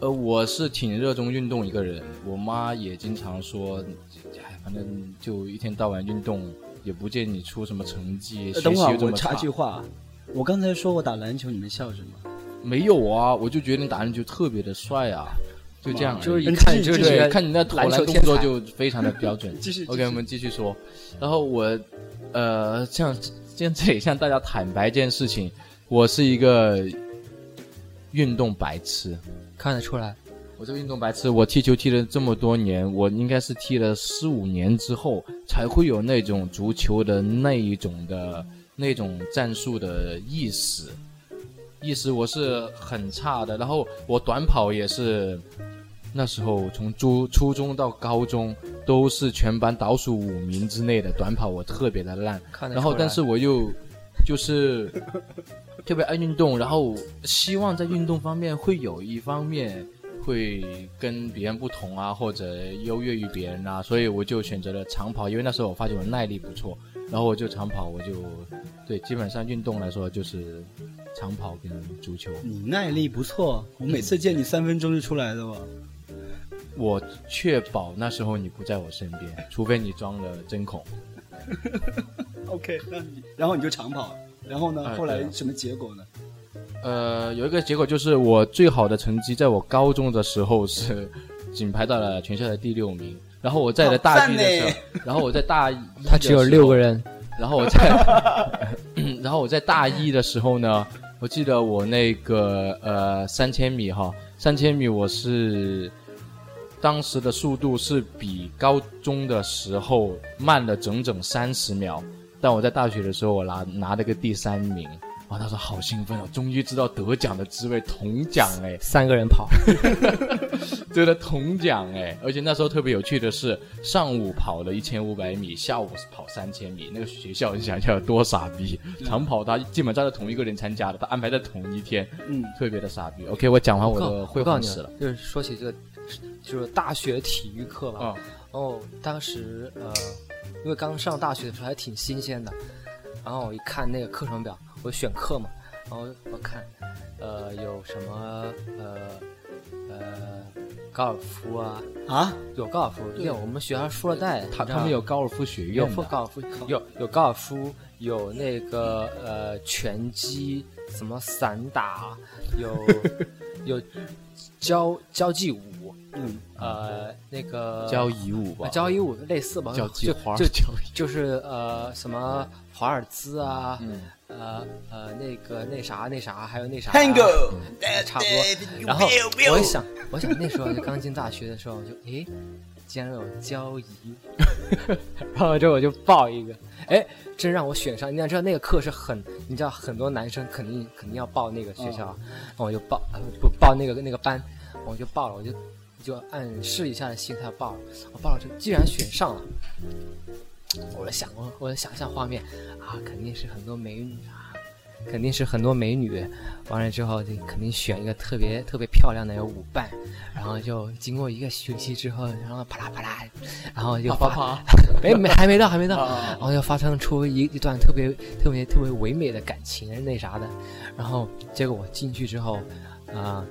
呃，我是挺热衷运动一个人，我妈也经常说，哎，反正就一天到晚运动，也不见你出什么成绩，学呃等会习儿又这我么插差，句话，啊我刚才说我打篮球，你们笑什么？没有啊，我就觉得你打篮球特别的帅啊，就这样而已，就是一你看继就续是继觉续对，得看你那投篮篮球动天作才就非常的标 准。继续继 OK，续我们继续说。然后我，呃，像像这里向大家坦白一件事情，我是一个运动白痴。看得出来，我这个运动白痴，我踢球踢了这么多年，我应该是踢了四五年之后，才会有那种足球的那一种的那种战术的意识。意识我是很差的，然后我短跑也是，那时候从初初中到高中都是全班倒数五名之内的短跑，我特别的烂。看然得出来。后但是我又就是特别爱运动，然后希望在运动方面会有一方面会跟别人不同啊，或者优越于别人啊，所以我就选择了长跑，因为那时候我发觉我耐力不错，然后我就长跑，我就对基本上运动来说就是长跑跟足球。你耐力不错，我每次见你三分钟就出来的哦。我确保那时候你不在我身边，除非你装了针孔。 OK，那你然后你就长跑，然后哎呢？后对啊来什么结果呢？呃，有一个结果就是我最好的成绩，在我高中的时候 是仅排到了全校的第六名。然后我在了大一的时候好赞，然后我在大一的时候，他只有六个人，然后我在， 然后我在大一的时候呢，我记得我那个呃三千米哈，三千米我是当时的速度是比高中的时候慢了整整三十秒，但我在大学的时候我拿拿了个第三名。哇，当时好兴奋啊！终于知道得奖的滋味，铜奖哎，三个人跑，得了铜奖哎！而且那时候特别有趣的是，上午跑了一千五百米，下午是跑三千米。那个学校你想一下有多傻逼，长跑他基本上是同一个人参加的，他安排在同一天，嗯，特别的傻逼。OK，我讲完我告的绘告画诉你史了。，就是说起这个，就是大学体育课吧。啊、哦，当时呃，因为刚上大学的时候还挺新鲜的，然后我一看那个课程表，我选课嘛，然后我看，呃，有什么呃呃高尔夫啊，啊，有高尔夫，有我们学校输了带，他你哦知他道们吗有高尔夫学有院高的高尔夫，有有高尔夫，有那个呃拳击，什么散打，有 有交交际舞，嗯，呃那个交谊舞吧，啊交谊舞类似吧，交际就花就交就是呃什么华尔兹啊，嗯呃呃那个那啥那啥，还有那啥、 Tango 哎差不多。然后我一想，我想那时候就刚进大学的时候，我就诶，竟然有交谊，然后之后我就报一个，诶，真让我选上。你要知道那个课是很，你知道很多男生肯定肯定要报那个学校，然后我就报呃不报那个那个班，我就报了，我就就按试一下的心态报了，我报了之后既然选上了。我就想，我我就想象画面啊，肯定是很多美女啊，肯定是很多美女。完了之后，就肯定选一个特别特别漂亮的舞伴，然后就经过一个学期之后，然后啪啦啪啦，然后就发，没没还没到还没到，啊然后就发生出一一段特别特别特别唯美的感情那啥的。然后结果我进去之后，啊、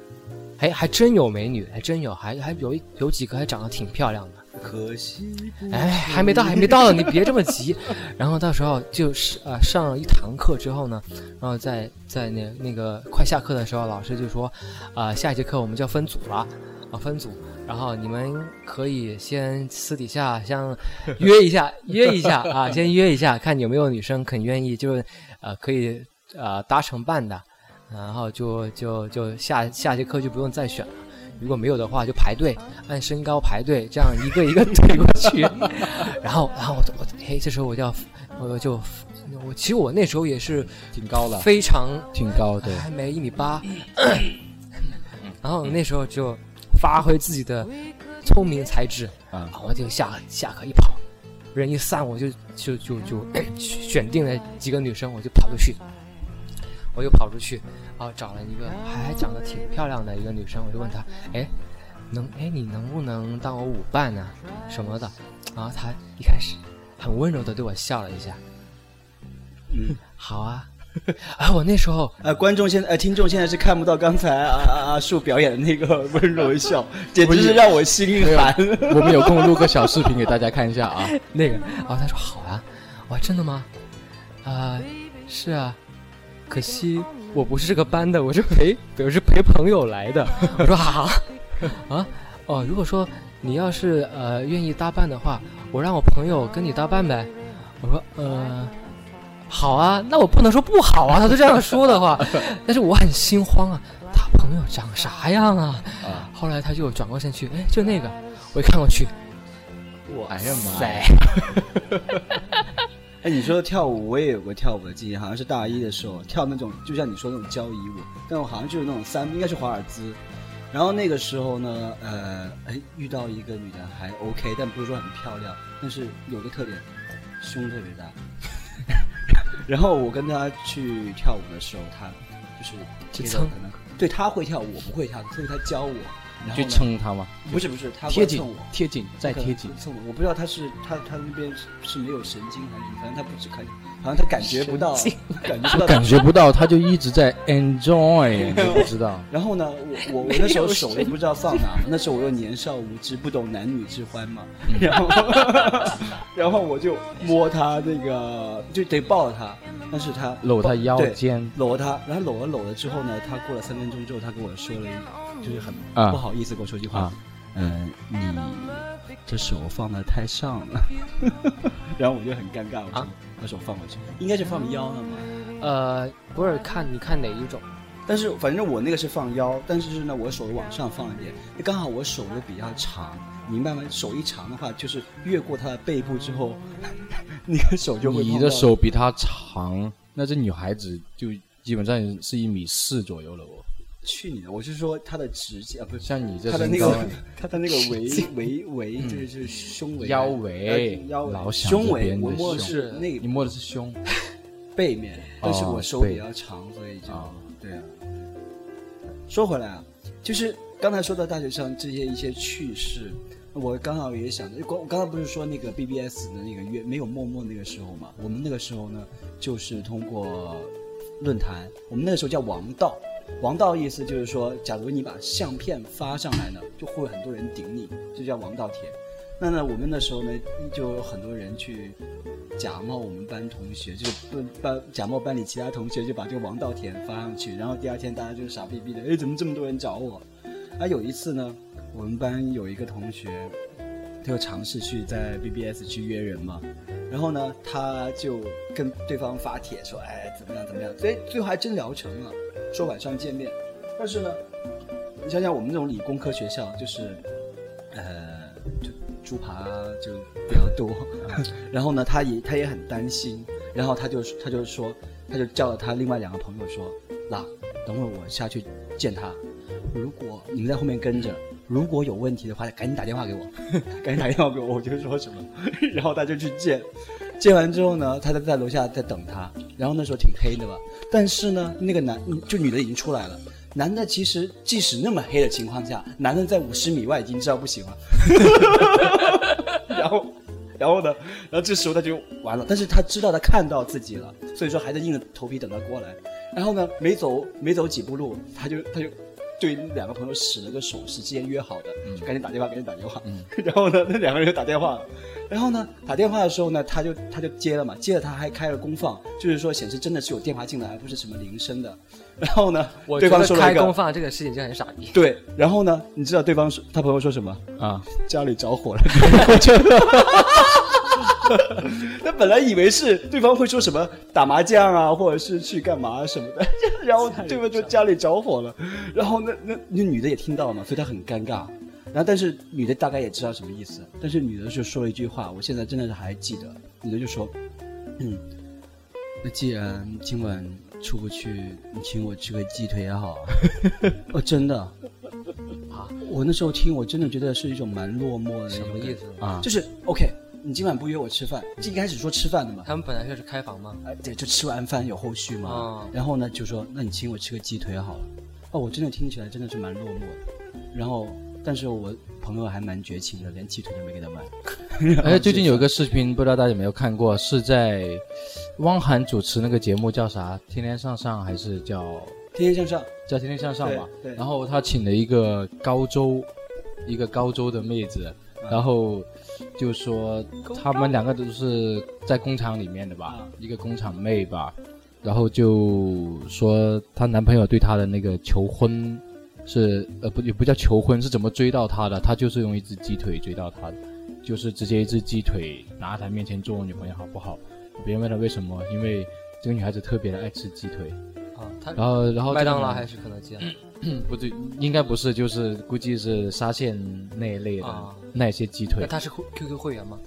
还还真有美女，还真有，还还有一有几个还长得挺漂亮的。可惜不哎，还没到，还没到，你别这么急。然后到时候就是呃，上了一堂课之后呢，然后在在那那个快下课的时候，老师就说，啊、下一节课我们就要分组了，啊、分组，然后你们可以先私底下先约一下，约一下啊，先约一下，看有没有女生肯愿意，就是呃，可以呃搭成伴的，然后就就就下下节课就不用再选了。如果没有的话，就排队，按身高排队，这 样一个一个对过去。然后，然后我我嘿，这时候我就要，我就我其实我那时候也是挺高的， 非常挺高的。还没一米八，然后那时候就发挥自己的聪明才智啊啊，我就下下课一跑，人一散，我就就就就 选定了几个女生，我就跑出去，我就跑出去，然后找了一个还长得挺漂亮的一个女生，我就问她，哎，能哎你能不能当我舞伴呢、什么的，然后她一开始很温柔的对我笑了一下，嗯，好啊， 啊我那时候。呃，观众现在呃，听众现在是看不到刚才啊啊啊树表演的那个温柔笑，简直是让我心啊寒。我们有空录个小视频给大家看一下啊。那个，然后他说好啊，我说真的吗？啊、是啊，可惜我不是这个班的，我是陪，我是陪朋友来的。 我说好啊，哦，如果说你要是呃愿意搭伴的话，我让我朋友跟你搭伴呗。我说呃，好啊，那我不能说不好啊，他都这样说的话， 但是我很心慌啊，他朋友长啥样啊？啊，后来他就转过身去，哎，就那个，我一看过去，哎呀妈呀！塞。哎，你说跳舞，我也有过跳舞的经验，好像是大一的时候跳那种，就像你说那种交谊舞，但我好像就是那种三，应该是华尔兹。然后那个时候呢，呃，哎，遇到一个女的还 OK，但不是说很漂亮，但是有个特点，胸特别大。 然后我跟她去跳舞的时候，她就是去贴着蹭我可能对她会跳舞，我不会跳，所以她教我。然后去呢蹭他吗？不是不是，她贴会紧蹭我，，贴紧，再贴紧。蹭我，我不知道他是他他那边是是没有神经还是什么，反正他不止看，好像他感觉不到，感觉不到。感觉不到，他就一直在 enjoy，你都不知道。然后呢，我我我那时候手又不知道放哪，那时候我又年少无知，不懂男女之欢嘛，嗯然后然后我就摸他那个，就得抱他，但是他搂他腰对间搂他，然后搂了搂了之后呢，他过了三分钟之后，他跟我说了一，就是很啊不好意思跟我说一句话啊，嗯，你这手放的太上 了，然后我就很尴尬，我就啊把手放回去，应该是放腰了嘛，呃，不是看你看哪一种，嗯但是反正我那个是放腰，但是呢，我手往上放一点，那刚好我手又比较长，明白吗？手一长的话，就是越过他的背部之后， 你的手就会你碰的到手比他长，那这女孩子就基本上是一米四左右了哦。去你的！我是说他的指甲，啊不是像你这他的身那高，嗯个， 他的那个围围围，就是就是胸围、腰围呃腰老围、想胸着别围，人的我摸的胸是那你个摸的是 胸，背面，但是哦我手背比较长，所以就哦对啊。说回来啊，就是刚才说到大学上这些一些趣事，我刚好也想，我刚才不是说那个 BBS 的那个月没有陌陌那个时候嘛？我们那个时候呢，就是通过论坛，我们那个时候叫王道。王道意思就是说，假如你把相片发上来呢，就会有很多人顶你，就叫王道帖。那呢，我们那时候呢，就有很多人去假冒我们班同学，就是班班假冒班里其他同学，就把这个王道田发上去，然后第二天大家就是傻逼逼的，哎，怎么这么多人找我？啊，有一次呢，我们班有一个同学，他就尝试去在 BBS 去约人嘛，然后呢，他就跟对方发帖说，哎，怎么样怎么样，最最后还真聊成了，说晚上见面，但是呢，你想想我们这种理工科学校，就是，呃，就猪扒就比较多， 然后呢，他也他也很担心，然后他就他就说，他就叫了他另外两个朋友说，那等会儿我下去见他，如果你们在后面跟着，如果有问题的话，赶紧打电话给我， 赶紧打电话给我，我就说什么， 然后他就去见，见完之后呢，他在在楼下在等他，然后那时候挺黑的吧，但是呢，那个男就女的已经出来了。男的其实即使那么黑的情况下，男的在五十米外已经知道不行了，然后，然后呢，然后这时候他就完了，但是他知道他看到自己了，所以说还在硬着头皮等他过来。然后呢，没走没走几步路，他就他就对两个朋友使了个手势，之前约好的，嗯就赶紧打电话，赶紧打电话。 然后呢，那两个人就打电话了。然后呢，打电话的时候呢，他就他就接了嘛，接了他还开了公放，就是说显示真的是有电话进来，而不是什么铃声的。然后呢，我对觉方得说了开一个公放这个事情就很傻逼。对，然后呢，你知道对方说他朋友说什么？啊，家里 着火了， 我就。他本来以为是对方会说什么打麻将啊，或者是去干嘛什么 的，然后对方说家里着火了，然后那那那女的也听到了嘛，所以她很尴尬。然后但是女的大概也知道什么意思，但是女的就说了一句话，我现在真的是还记得，女的就说，嗯，那既然今晚出不去，你请我吃个鸡腿也好。 哦，真的啊！我那时候听，我真的觉得是一种蛮落寞的一什种么意思感觉啊就是 OK，你今晚不约我吃饭，这一开始说吃饭的嘛，他们本来就是开房嘛，哎，对，就吃完饭有后续嘛。嗯哦然后呢，就说那你请我吃个鸡腿好了。哦，我真的听起来真的是蛮落寞的。然后，但是我朋友还蛮绝情的，连鸡腿都没给他买。哎，最近有一个视频，不知道大家有没有看过，是在汪涵主持那个节目叫啥？天天向上还是叫天天向上，叫天天向上吧？对对然后他请了一个高州，一个高州的妹啊子，然后就说他们两个都是在工厂里面的吧啊，一个工厂妹吧，然后就说她男朋友对她的那个求婚是呃不也不叫求婚，是怎么追到她的？她就是用一只鸡腿追到她的，就是直接一只鸡腿拿在她面前做我女朋友好不好？别人问她为什么，因为这个女孩子特别的爱吃鸡腿，啊，他然后然后麦当这个嗯劳男还是肯德基啊？不对，应该不是，就是估计是沙县那一类的、啊那些鸡腿那。他是 QQ 会员吗？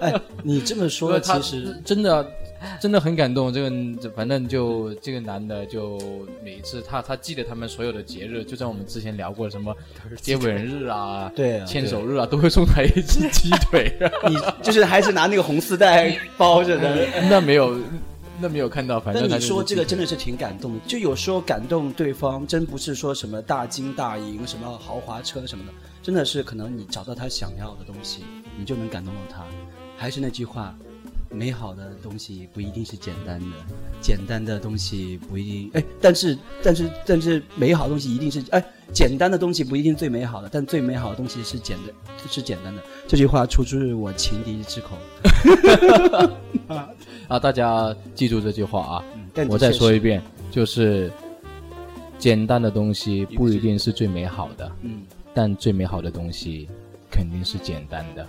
哎，你这么说，他其实真的真的很感动。这个反正就这个男的，就每一次他他记得他们所有的节日，就像我们之前聊过什么接吻日啊、对啊牵手日啊，都会送他一只鸡 腿。你就是还是拿那个红丝带包着 的。那没有，那没有看到，反那正他你就是说这个真鸡的是挺感动的，就有时候感动对方，真不是说什么大金大银、什么豪华车什么的，真的是可能你找到他想要的东西，你就能感动到他。还是那句话，美好的东西不一定是简单的，简单的东西不一定哎，但是但是但是美好的东西一定是哎，简单的东西不一定最美好的，但最美好的东西是简单是简单的。这句话出自我情敌之口，腿啊！大家记住这句话啊！嗯但我再的确说是一，遍，就是简单的东西不一定是最美好的。嗯。但最美好的东西肯定是简单的。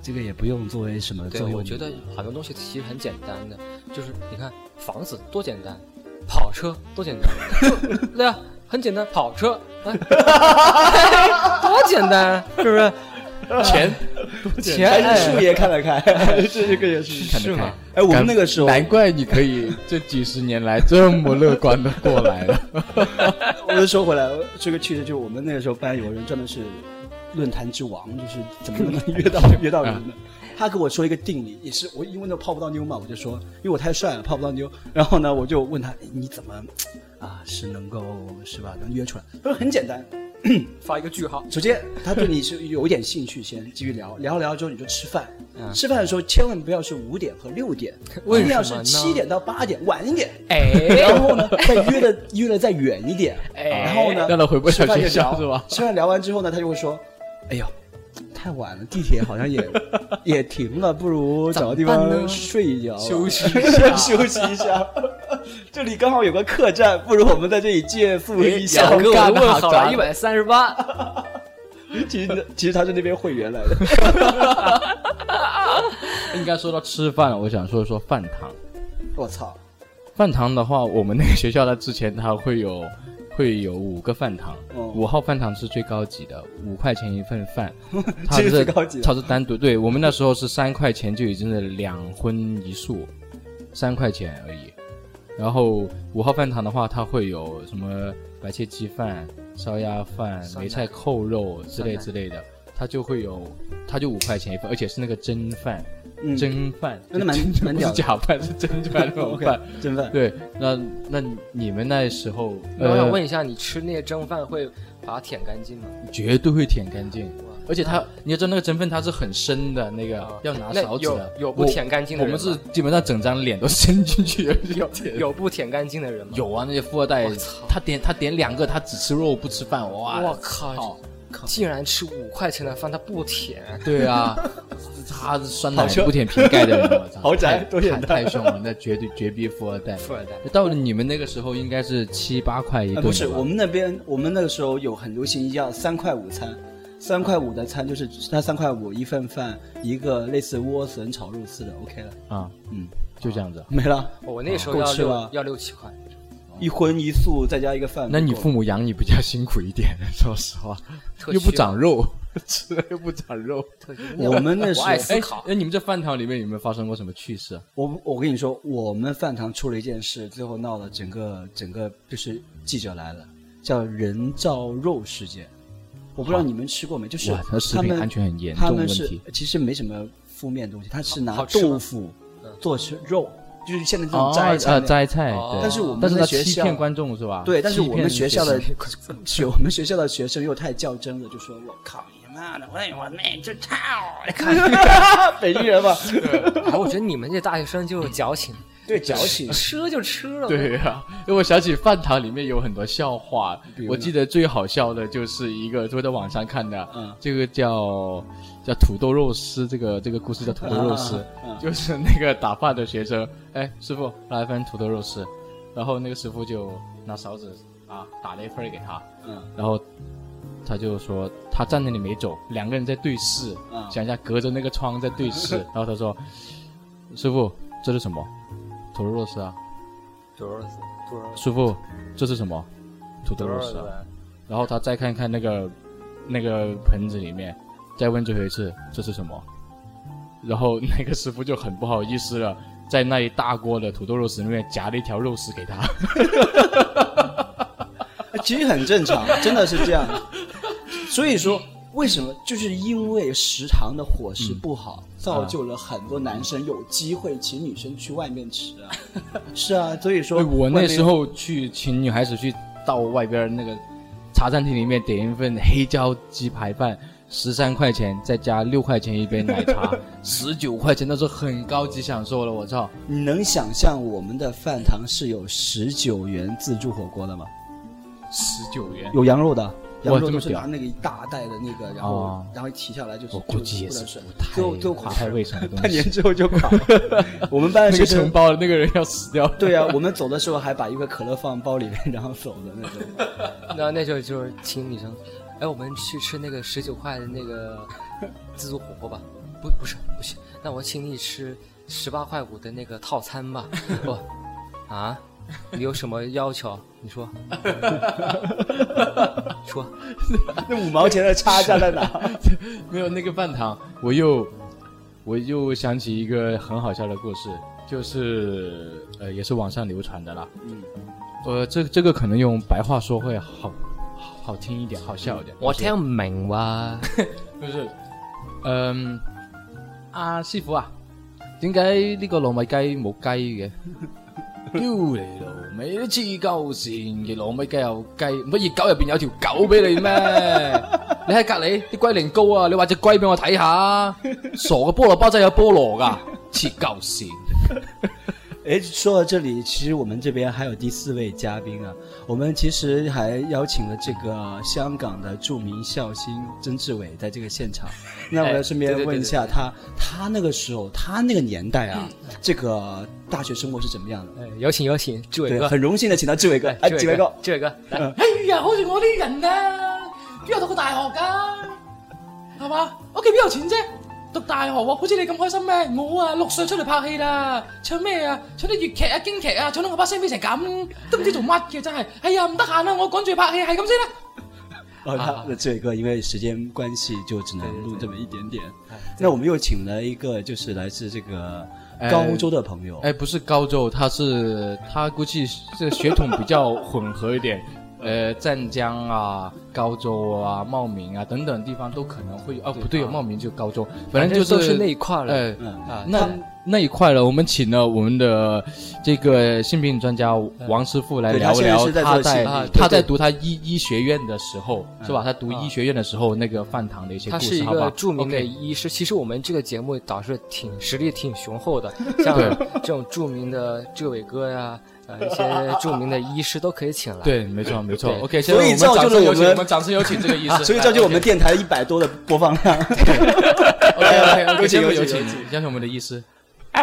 这个也不用作为什么对，作为我们觉得很多东西其实很简单的，就是你看房子多简单，跑车多简单， 就对啊，很简单，跑车，哎 哎多简单，是不是？钱钱还哎是树叶看得开， 这这个也是看得开吗？哎，我们那个时 候，难怪你可以这几十年来这么乐观的过来了。我就说回来，这个趣事就是我们那个时候班有人专门是论坛之王，就是怎么能约到约到人呢？他跟我说一个定理，也是我因为那泡不到妞嘛，我就说，因为我太帅了泡不到妞。然后呢，我就问他，哎你怎么啊是能够是吧能约出来？他说很简单，发一 个句号，首先，他对你是有一点兴趣，先继续聊，聊聊之后你就吃饭。吃饭的时候千万不要是五点和六点，嗯 为一定要什是么呢七点到八点，晚一点。哎，然后呢，再约的 约的再远一点。然后呢，让他回不了吃饭就学校聊是吧吃饭聊完之后呢，他就会说：“哎呦，太晚了，地铁好 像也也停了，不如找个地怎么办呢方睡一觉吧，啊休息一 休息一下。这里刚好有个客栈，不如我们在这里借宿一下。”想给我干得 问好好杂了，一百三十八，其实其实他是那边会员来的。 应该说到吃饭，我想说说饭堂。我操！饭堂的话，我们那个学校它之前它会有会有五个饭堂，哦五、号饭堂是最高级的，五块钱一份 饭，它这是个最高级的它是单独。对我们那时候是三块钱就已经是两荤一素，三块钱而已。然后五号饭堂的话，它会有什么白切鸡饭、烧鸭饭、酸梅奶菜扣肉之类酸奶之类的，它就会有，它就五块钱一份，而且是那个蒸饭，嗯蒸饭，那 蛮真蛮不屌是的假饭，是真饭那 种 OK，饭。真饭。对，那那你们那时候，我想呃，问一下，你吃那些蒸饭会把它舔干净吗？绝对会舔干净哇，而且它，你要知道那个蒸粪它是很深的，那个、啊要拿那勺子有的，有不我舔干净的我们人是吗基本上整张脸都伸进去，有 有不舔干净的人吗？有啊，那些富二代我操，他点他点两个，他只吃肉不吃饭，哇，我靠啊好，竟然吃五块钱的饭，他不舔， 对啊，他酸奶好凶不舔瓶盖的人，我 操，豪宅太多简单太太凶了，那绝对绝逼富二代。富二代到了你们那个时候应该是七八块一顿、呃，不是，我们那边我们那个时候有很流行叫三块五餐，三块五的餐就是它三块五一份饭，一个类似莴笋炒肉丝的，OK 了，啊，嗯，就这样子。没了，我那时候够要吃六吧要六七块，一荤一素再加一个饭。那你够 了父母养你比较辛苦一点，说实话，特又不需要长肉， 吃了又不长肉。对，因为我们那时我候爱思考。哎，你们这饭堂里面有没有发生过什么趣事啊？我我跟你说，我们饭堂出了一件事，最后闹了整个整个就是记者来了，叫人造肉事件。我不知道你们吃过没，就是哇它食他品们安全很严他重们问是题其实没什么负面东西，他是拿好吃吗豆腐做成肉，就是现在这种啊摘菜那呃种。摘菜，哦对但是我们但是的他学欺校骗观众是吧？对，但是欺我们骗学校的学生学我们学校的学生又太较真了，就说我靠你妈的，我我那这 操，北京人嘛，哎，我觉得你们这大学生就是矫情，对矫情，吃了就吃了。对呀、因为我想起饭堂里面有很多笑话，我记得最好笑的就是一个我在网上看的，嗯这个叫叫土豆肉丝，这个这个故事叫土豆肉丝，嗯嗯就是那个打饭的学生，哎，师傅来一份土豆肉丝，然后那个师傅就拿勺子啊打了一份儿给他，嗯然后他就说他站那里没走，两个人在对视，嗯想一下隔着那个窗在对 视，然后他说，师傅这是什么？土豆肉丝啊。土豆丝，土豆丝，师傅，这是什么？土土豆肉豆丝啊。丝，然后他再看看那个那个盆子里面，再问最后一次这是什么？然后那个师傅就很不好意思了，在那一大锅的土豆肉丝里面夹了一条肉丝给他。 其实很 正常，真的是这样。所以说，为什么就是因为食堂的伙食不好，嗯造就了很多男生有机会请女生去外面吃啊。 是啊，所以 说哎我外那面时候去请女孩子去到外边那个茶餐厅里面点一份黑椒鸡排饭。十三块钱，再加六块钱一杯奶 茶，十九块钱，那是很高级享受了。我操！你能想象我们的饭堂是有十九元自助火锅的吗？十九元，有羊肉的，羊肉这都么是屌拿那个一大袋的那个，然后、哦然后一提下来就是我估计也是就不能不太最后最后垮不太卫生的东西。半年之后就垮了。我们班 的那学个生承包的那个人要死掉。 对啊，我们走的时候还把一个可乐放包里面，然后走的那种。那那时候就是请女生，哎，我们去吃那个十九块的那个自助火锅吧。不，不是，不是，那我请你吃十八块五的那个套餐吧。我啊，你有什么要求？你说， 说， 那五毛钱的差价在哪？没有那个饭堂，我又我又想起一个很好笑的故事，就是呃，也是网上流传的啦。嗯，呃，这这个可能用白话说会好好好听一点，好笑一点。我听明哇。就是，嗯，阿、師师傅啊，點解呢個糯米雞冇雞嘅？屌你老味，都黐鳩線嘅糯米雞有雞，唔通熱狗入邊有條狗俾你咩？你喺隔離啲龜苓膏啊，你畫只龜俾我睇下，傻嘅菠蘿包仔有菠蘿噶，黐鳩線。 哎，说到这里，其实我们这边还有第四位嘉宾啊，我们其实还邀请了这个香港的著名笑星曾志伟在这个现 场。那我要顺哎对便对对问一下他，他那个时候，他那个年代 啊，这个大学生活是怎么样的？哎，有请有请，志伟对，哥，很荣幸的请到志伟哥，哎，志伟哥，志伟哥，来嗯哎呀，好似我啲人啊，邊有讀過大學㗎？係嘛？屋企邊有錢啫？讀大學喎，好似你咁開心咩？我啊，六歲出嚟拍戲啦，唱咩啊？唱啲粵劇啊、京劇啊，唱到我把聲變成咁，都唔知做乜嘅真係。哎呀，唔得閒啦，我趕住去拍戲，係咁先啦。 哦，他那这个因为时间关系，就只能录这么一点点。那我们又请了一个，就是来自这个高州的朋友，哎，不是高州，他是他估计这血统比较混合一点，呃，湛江啊、高州啊、茂名啊等等地方都可能会有。哦，不对，啊茂名就高州，反反正就都是那一块了。哎，嗯啊，那那一块了。我们请了我们的这个性病专家王师傅来对聊他现在聊是在他做在心理他在对对读他医医学院的时候，是吧？他读医学院的时候那个饭堂的一些啊他故是事，一好吧个？著名的 OK 医师。其实我们这个节目导师挺实力挺雄 厚的，像这种著名的志伟哥呀，呃，一些著名的医师都可以请来。，对，没错，没错对。 OK，现所在以我们造掌就声了有我请，们我们掌声有请这个医师。啊 所以造就我们电台一百多的播放量。 OK OK OK，有请有请请有请我们的医师。诶，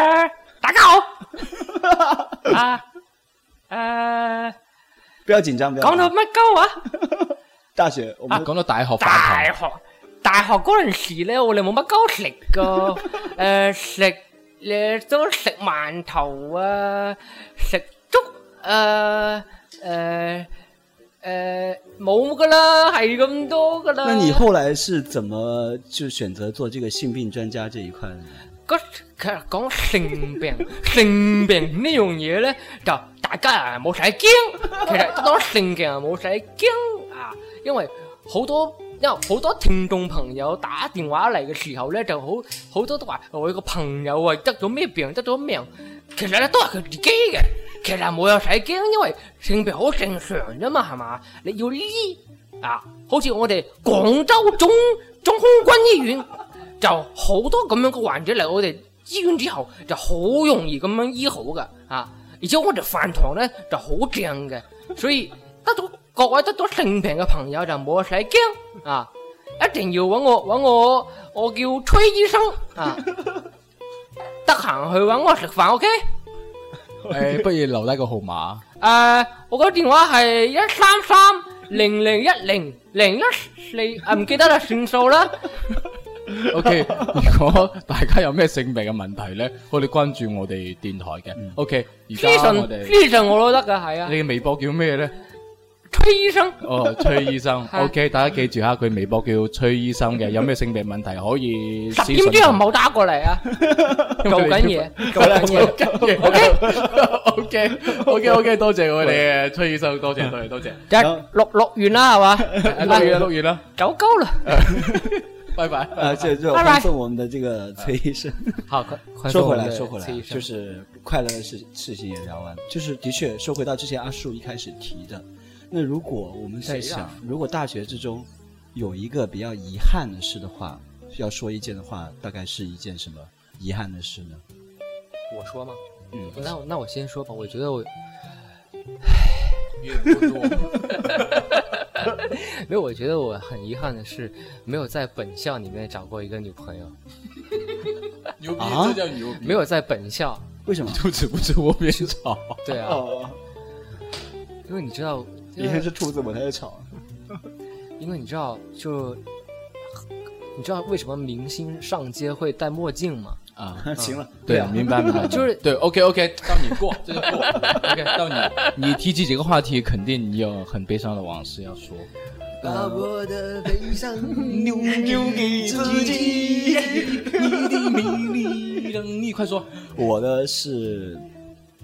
大家好。啊，诶，不要紧张，不要呃講紧到张。乜鳩啊？大学，我们啊讲到大學飯大堂，學大學嗰陣時咧，我哋冇乜鳩食 噶，誒、呃食你都食饅頭呃啊，食粥啊，誒誒誒冇噶啦，係咁多噶啦。那你後來是怎麼就選擇做這個性病專家這一塊呢？嗰其實講性病，性病呢樣嘢咧，就大家啊冇使驚。其實講性病啊冇使驚啊，因為好多因為好多聽眾朋友打電話嚟嘅時候咧，就好好多都話我有個朋友啊得咗咩病，得咗咩病，其實咧都係佢自己嘅。其實冇有使驚，因為性病好正常啫嘛，係嘛？你要醫啊，好似我哋廣州總總空軍醫院。就好多咁樣嘅患者嚟我哋醫院之後，就好容易咁樣醫好噶啊！而且我哋飯堂咧就好正嘅，所以得到各位得到性病嘅朋友就冇使驚啊！一定要揾我揾我，我叫崔醫生啊！得閒去揾我食飯，OK？誒，哎不如留低個號碼。誒、呃我個電話係一三三零零一零零一四，啊唔記得啦，算數啦。 O K，如果大家有咩性病嘅問題咧，可以關注我哋電台嘅。O K，而私家我信哋私信我都得噶，係啊你，嘅微博叫咩咧？崔醫生。 哦，崔醫生。係 O K，大家記住吓，佢微博叫崔醫生嘅。有咩性病問題可以私十信點之後 唔佢。好打過 嚟啊！做緊嘢，做 緊嘢。 O K，O K，O K，O K，多謝我哋嘅崔醫生，多謝，多謝，多謝。就錄錄完啦，係 嘛？錄完啦，錄完啦，走高啦。拜 拜。啊，這這拜拜歡送我們的這個崔醫生。 好，快说回来，说回来，就是快乐的事事情也聊完，就是的确说回到之前阿树一开始提的，那如果我们在想，如果大学之中有一个比较遗憾的事的话，要说一件的话，大概是一件什么遗憾的事呢？我说嘛，嗯，那我那我先说吧，我觉得我越不多 没有，我觉得我很遗憾的是，没有在本校里面找过一个女朋友，嗯牛逼，啊这叫牛逼。没有在本校，为什么？兔子不吃窝边草。对啊，哦，因为你知道，因以前为是兔子，我才是吵。 因为你知道，就你知道为什么明星上街会戴墨镜吗？啊。嗯行了， 对啊，明白明白，就是对，OK OK，到你过，这就过，OK，到你，你提起这个话题，肯定你有很悲伤的往事要说。嗯把我的悲 伤留留给自己。你快说，我的是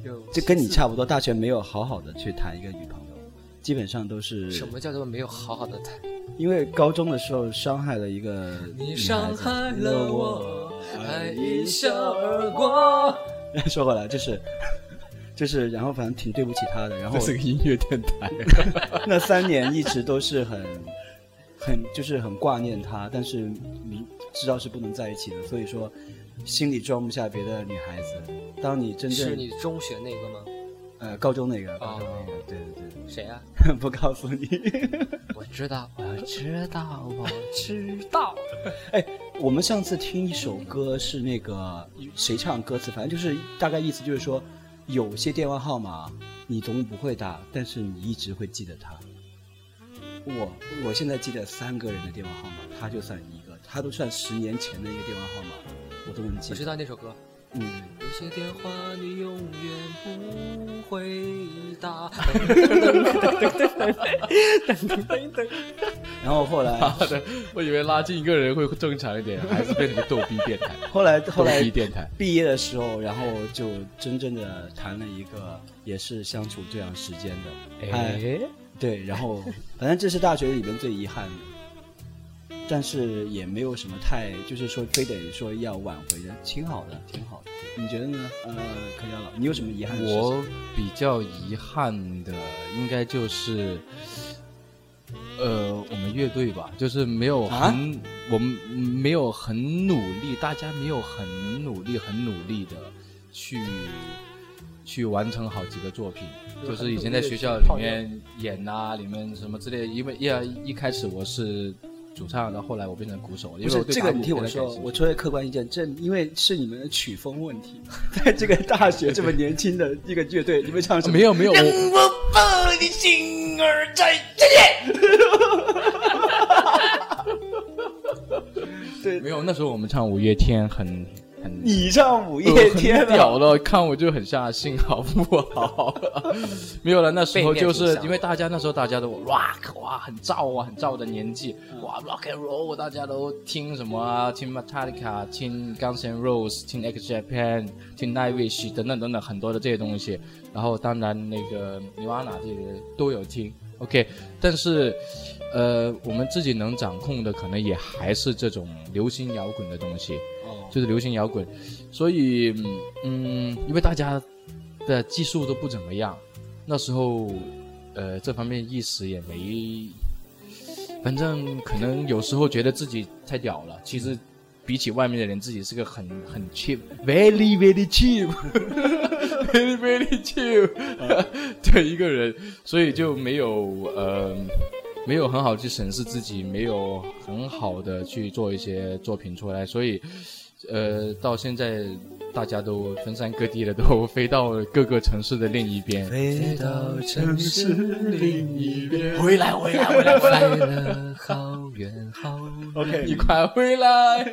就就跟你差不多，大学没有好好的去谈一个女朋友，基本上都是什么叫做没有好好的谈？因为高中的时候伤害了一个女孩子，还一笑而过。 说回来就是， 就是，然后反正挺对不起她的。然 后这是个音乐电台，那三年一直都是很， 很就是很挂念她，但是明知道是不能在一起的，所以说心里装不下别的女孩子。当你真是正你中学那个吗？呃高中那个，高哦中那个，对对谁啊？对， 不告诉你。我知道，我知道，我知道。我们上次听一首歌是那个谁唱歌词，反正就是大概意思就是说，有些电话号码你总不会打，但是你一直会记得它。我我现在记得三个人的电话号码，他就算一个，他都算十年前的一个电话号码，我都能记我知得。道那首歌。嗯，有些电话你永远不回 答。然后后来妈的，我以为拉近一个人会正常一点，还是变成个逗逼电台，后来逗后来逼电台。毕业的时候，然后就真正的谈了一个，也是相处这样时间的。哎，对，然后反正这是大学里面最遗憾的，但是也没有什么太，就是说非得说要挽回的，挺好的，挺好的。你觉得呢？呃，柯佳老，你有什么遗憾的事情？我比较遗憾的应该就是，呃，我们乐队吧，就是没有很，啊我们没有很努力，大家没有很努力、很努力的去去完成好几个作品，就是以前在学校里面演啊，里面什么之类的，因为一一开始我是。主唱，然后后来我变成鼓手，因不为是我对这个，打鼓你听我非常说感，兴我趣作为客观意见，这因为是你们的曲风问题， 在这个大学这么年轻的一个乐队，你们唱什么？没有没有，我 对没有，那时候我们唱五月天很很你唱五月天呃啊很了，屌了，看我就很下心，好不好？ 没有了，那时候就是因为大家那时候大家都 rock 哇，很燥啊，很燥的年纪，哇 rock and roll，大家都听什么啊？听 Metallica，听 Guns N' Roses，听 X Japan，听 Nightwish 等等等等很多的这些东西。然后当然那个 Nirvana 这些都有听，OK，但是。呃，我们自己能掌控的，可能也还是这种流行摇滚的东西。哦就是流行摇滚，所以嗯，因为大家的技术都不怎么样，那时候呃这方面意识也没，反正可能有时候觉得自己太屌了，其实比起外面的人，自己是个很很 cheap，very very cheap，very very cheap 的一个人，所以就没有呃。没有很好去审视自己，没有很好的去做一些作品出来，所以呃，到现在大家都分散各地的，都 飞到各个城市的另一边。飞到城市另一边。回来，回来，回来，回来！飞了好远好远。你 OK，快回来！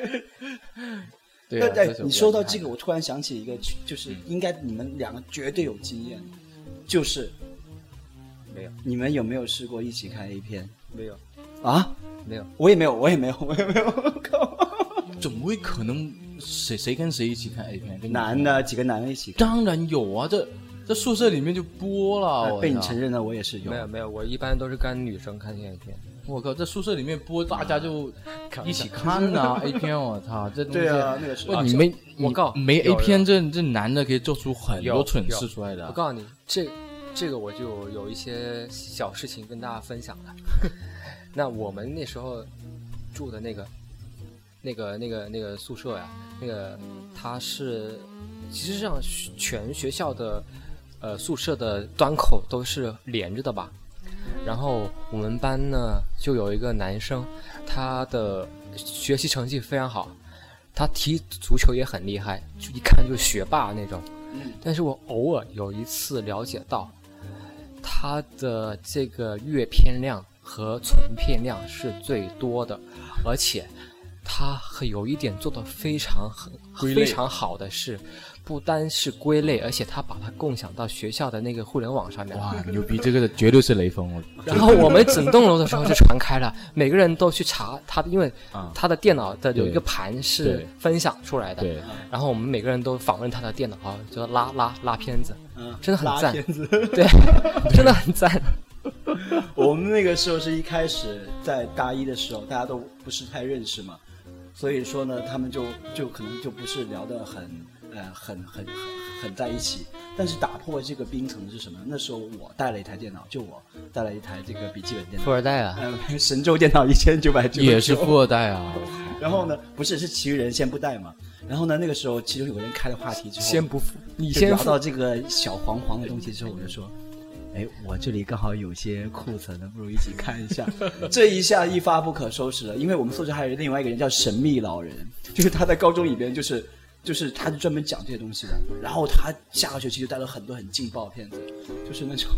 对、那啊，哎首，歌你说到很这个，好我突然想起一个，就是应该你们两个绝对有经验，就是没有你们有没有试过一起看 A 片没有啊？没有，我也没有，我也没有， 我也没有。总会可能谁谁跟谁一起看 A 片？跟你男的几个男的一起看，当然有啊，这这宿舍里面就播了。哦我被你操承认了，我也是有没。有没有，我一般都是跟女生看电影片。我靠，这宿舍里面播，大家就一起看呐、A 片，我操，这东西对啊，那个是不。你没我告你没有 A 片，这这男的可以做出很有多蠢有事出来的啊我。告诉你，这这个我就有一些小事情跟大家分享了。 那我们那时候住的那个、那个、那个、那个宿舍呀，那个它是其实上全学校的呃宿舍的端口都是连着的吧。然后我们班呢就有一个男生，他的学习成绩非常好，他踢足球也很厉害，就一看就是学霸那种。但是我偶尔有一次了解到，它的这个阅片量和存片量是最多的，而且它有一点做的非常很归类非常好的是，不单是归类，而且它把它共享到学校的那个互联网上面。哇，牛逼！这个的绝对是雷锋，我然后我们整栋楼的时候就传开了，每个人都去查他的，因为啊他的电脑的有一对个盘是对分享出来的，对。然后我们每个人都访问他的电脑，就拉拉拉片子，嗯真的很拉赞片子。对， 真的很赞。 我们那个时候是一开始在大一的时候，大家都不是太认识嘛，所以说呢，他们就就可能就不是聊得很呃很很很很在一起。但是打破这个冰层的是什么？那时候我带了一台电脑，就我带了一台这个笔记本电富脑，二代啊，呃， 神州电脑一千九百九，也是富二代啊！然后呢，不是是其余人先不带嘛。然后呢，那个时候其中有个人开了话题之后，先不富，你就先聊富到这个小黄黄的东西之后，我就说，哎，我这里刚好有些库存的，不如一起看一下。 这一下一发不可收拾了，因为我们宿舍还有另外一个人叫神秘老人，就是他在高中里边就是。就是他是专门讲这些东西的，然后他下个学期就带了很多很劲爆的片子，就是那种，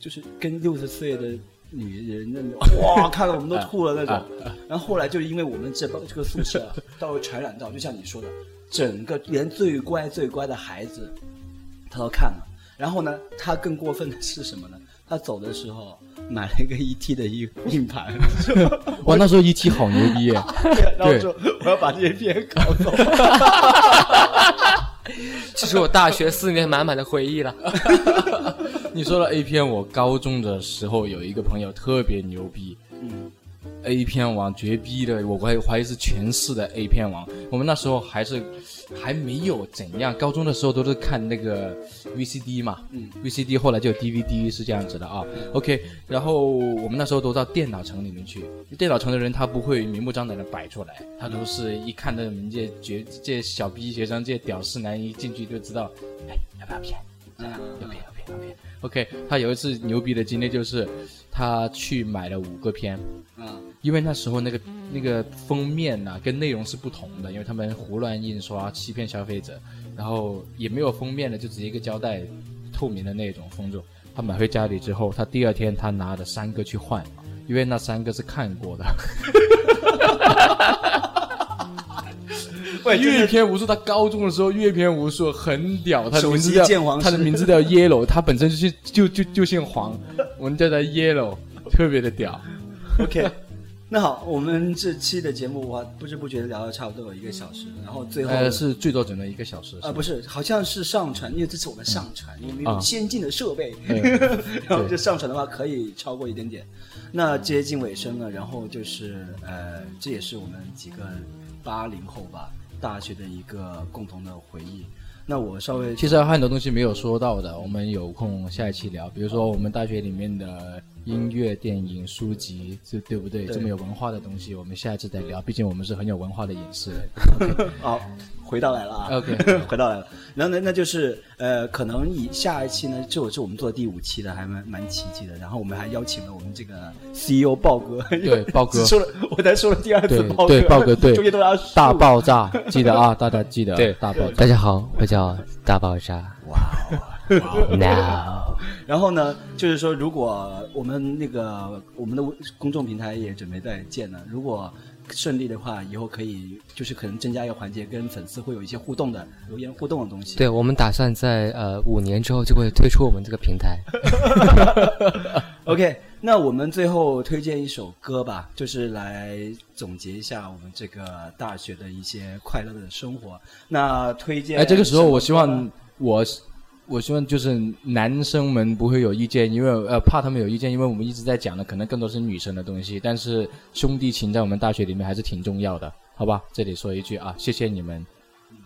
就是跟六十岁的女人那种，哇， 看了我们都吐 了那啊种。然后后来就因为我们这帮这个宿舍啊到传染到，就像你说的，整个连最乖最乖的孩子他都看了。然后呢，他更过分的是什么呢？他走的时候买了一个 ET 的硬硬盘，哇，那时候 ET 好牛逼耶！ 然后说我要把这些片搞走。这是我大学四年满满的回忆了。你说到 A 片，我高中的时候有一个朋友特别牛逼，a 片王绝逼的，我怀怀疑是全市的 A 片王。我们那时候还是还没有怎样，高中的时候都是看那个 VCD 嘛，嗯，VCD 后来就有 DVD 是这样子的啊。OK，然后我们那时候都到电脑城里面去，电脑城的人他不会明目张胆的摆出来，他都是一看到你们这绝这小逼学生这屌丝男一进去就知道，哎，要不要骗？要嗯骗要骗要骗。OK，他有一次牛逼的经历就是，他去买了五个片。啊因为那时候那个那个封面呐、跟内容是不同的，因为他们胡乱印刷欺骗消费者，然后也没有封面的，就直接一个胶带透明的那种封住。他买回家里之后，他第二天他拿了三个去换，因为那三个是看过的。喂，阅片无数，他高中的时候阅片无数，很屌。他的手名字机叫鉴黄他的师名字叫 Yellow，他本身就是就就就姓黄，我们叫他 Yellow，特别的屌。 OK，那好，我们这期的节目，我不知不觉地聊了差不多有一个小时，然后最后呃，是最多只能一个小时。啊、不是，好像是上传，因为这次我们上传，因为有啊先进的设备， 嗯然后就上传的话可以超过一点点。那接近尾声了，然后就是呃，这也是我们几个八零后吧，大学的一个共同的回忆。那我稍微其实还有很多东西没有说到的，我们有空下一期聊。比如说我们大学里面的音乐、电影、书籍，这对不对？对这么有文化的东西，我们下一次再聊。毕竟我们是很有文化的影 视人。哦，回到来了啊 OK 回到来了。然后呢，那就是呃，可能以下一期呢，就就我们做第五期的，还蛮蛮奇迹的。然后我们还邀请了我们这个 CEO 豹哥， 对豹哥说了， 我才说了第二次对豹哥，对豹 哥对中间都要大爆炸，记得啊，大家记得对大爆炸。大家好，我叫大爆炸。哇，now 然后呢，就是说，如果我们那个我们的公众平台也准备在建了，如果顺利的话，以后可以就是可能增加一个环节，跟粉丝会有一些互动的留言互动的东西。对我们打算在呃五年之后就会推出我们这个平台。 OK，那我们最后推荐一首歌吧，就是来总结一下我们这个大学的一些快乐的生活。那推荐哎，这个时候我希什么望我，我希望就是男生们不会有意见，因为呃怕他们有意见，因为我们一直在讲的可能更多是女生的东西，但是兄弟情在我们大学里面还是挺重要的，好吧？这里说一句啊，谢谢你们，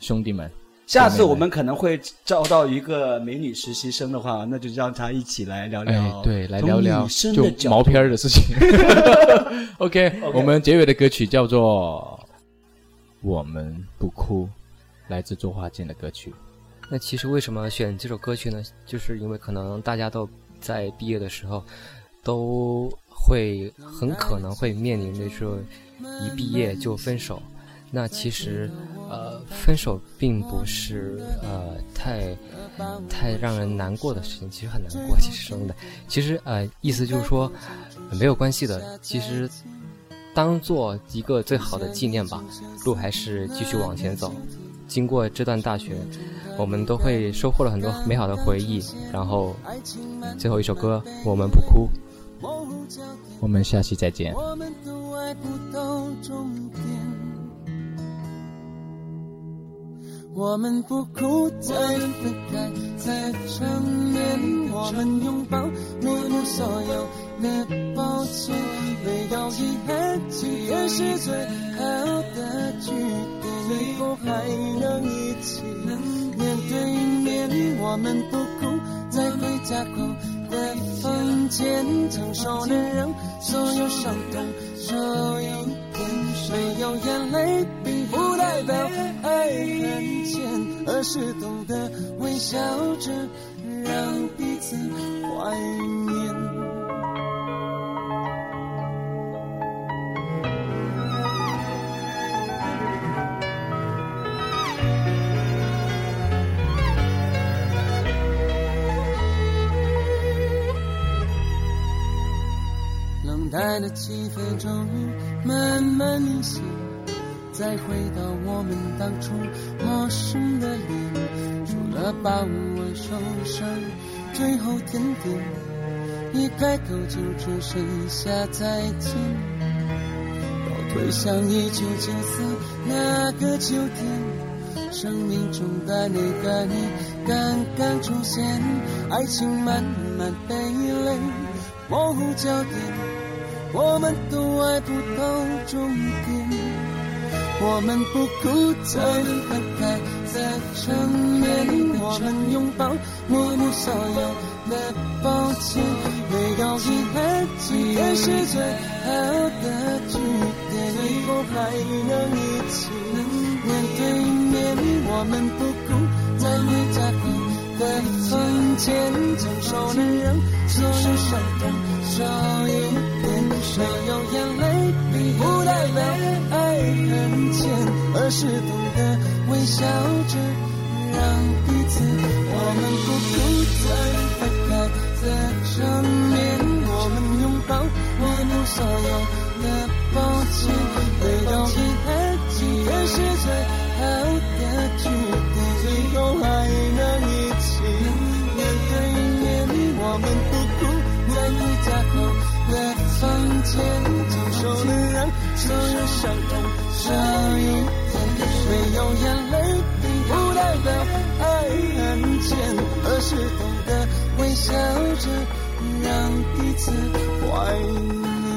兄弟们。歌吧下次我们可能会招到一个美女实习生的话，那就让她一起来聊哎聊，，对，来聊聊女生的就毛角度。片儿的事情。OK，我们结尾的歌曲叫做《我们不哭》，来自周华健的歌曲。那其实为什么选这首歌曲呢？就是因为可能大家都在毕业的时候，都会很可能会面临的说一毕业就分手。那其实，呃，分手并不是呃太太让人难过的事情，其实很难过，其实真的。其实呃，意思就是说没有关系的，其实当做一个最好的纪念吧。路还是继续往前走，经过这段大学，我们都会收获了很多美好的回忆。然后，最后一首歌《我们不哭》。我们下期再见。我们都爱不到终点。我们不哭，再分开，再缠绵。我们拥抱，没有所有的抱歉，没有遗憾，既然是最好的句点，以后还能一起面对面。我们不哭，再回家后的房间，成熟的人。所有伤痛少一点，没有眼泪并不代表爱很浅，而是懂得微笑着让彼此怀念。冷淡的气氛终于慢慢凝息，再回到我们当初陌生的脸，除了把握手上最后甜点，一开口就只剩下再见。倒退向一九九四那个秋天，生命中的那个你刚刚出现，爱情慢慢被泪模糊焦点。我们都爱不到终点，我们不哭才能分开，在缠绵，我们拥抱，默默所有的抱歉，没有遗憾，既然是最好的句点，以后还能一起面对面，我们不哭，在回家后。的房间，成熟的人，所有伤痛少一点，没有眼泪，并不代表爱很浅，而是懂得微笑着让彼此。我们不孤单，分开在上面，我们拥抱，我们所有的抱歉，回到遗憾，既然是最好我们不哭，难以假口，那从前成熟的人，收拾伤痛，少一点，没有眼泪，并不代表爱很浅，而是懂得微笑着，让彼此怀念。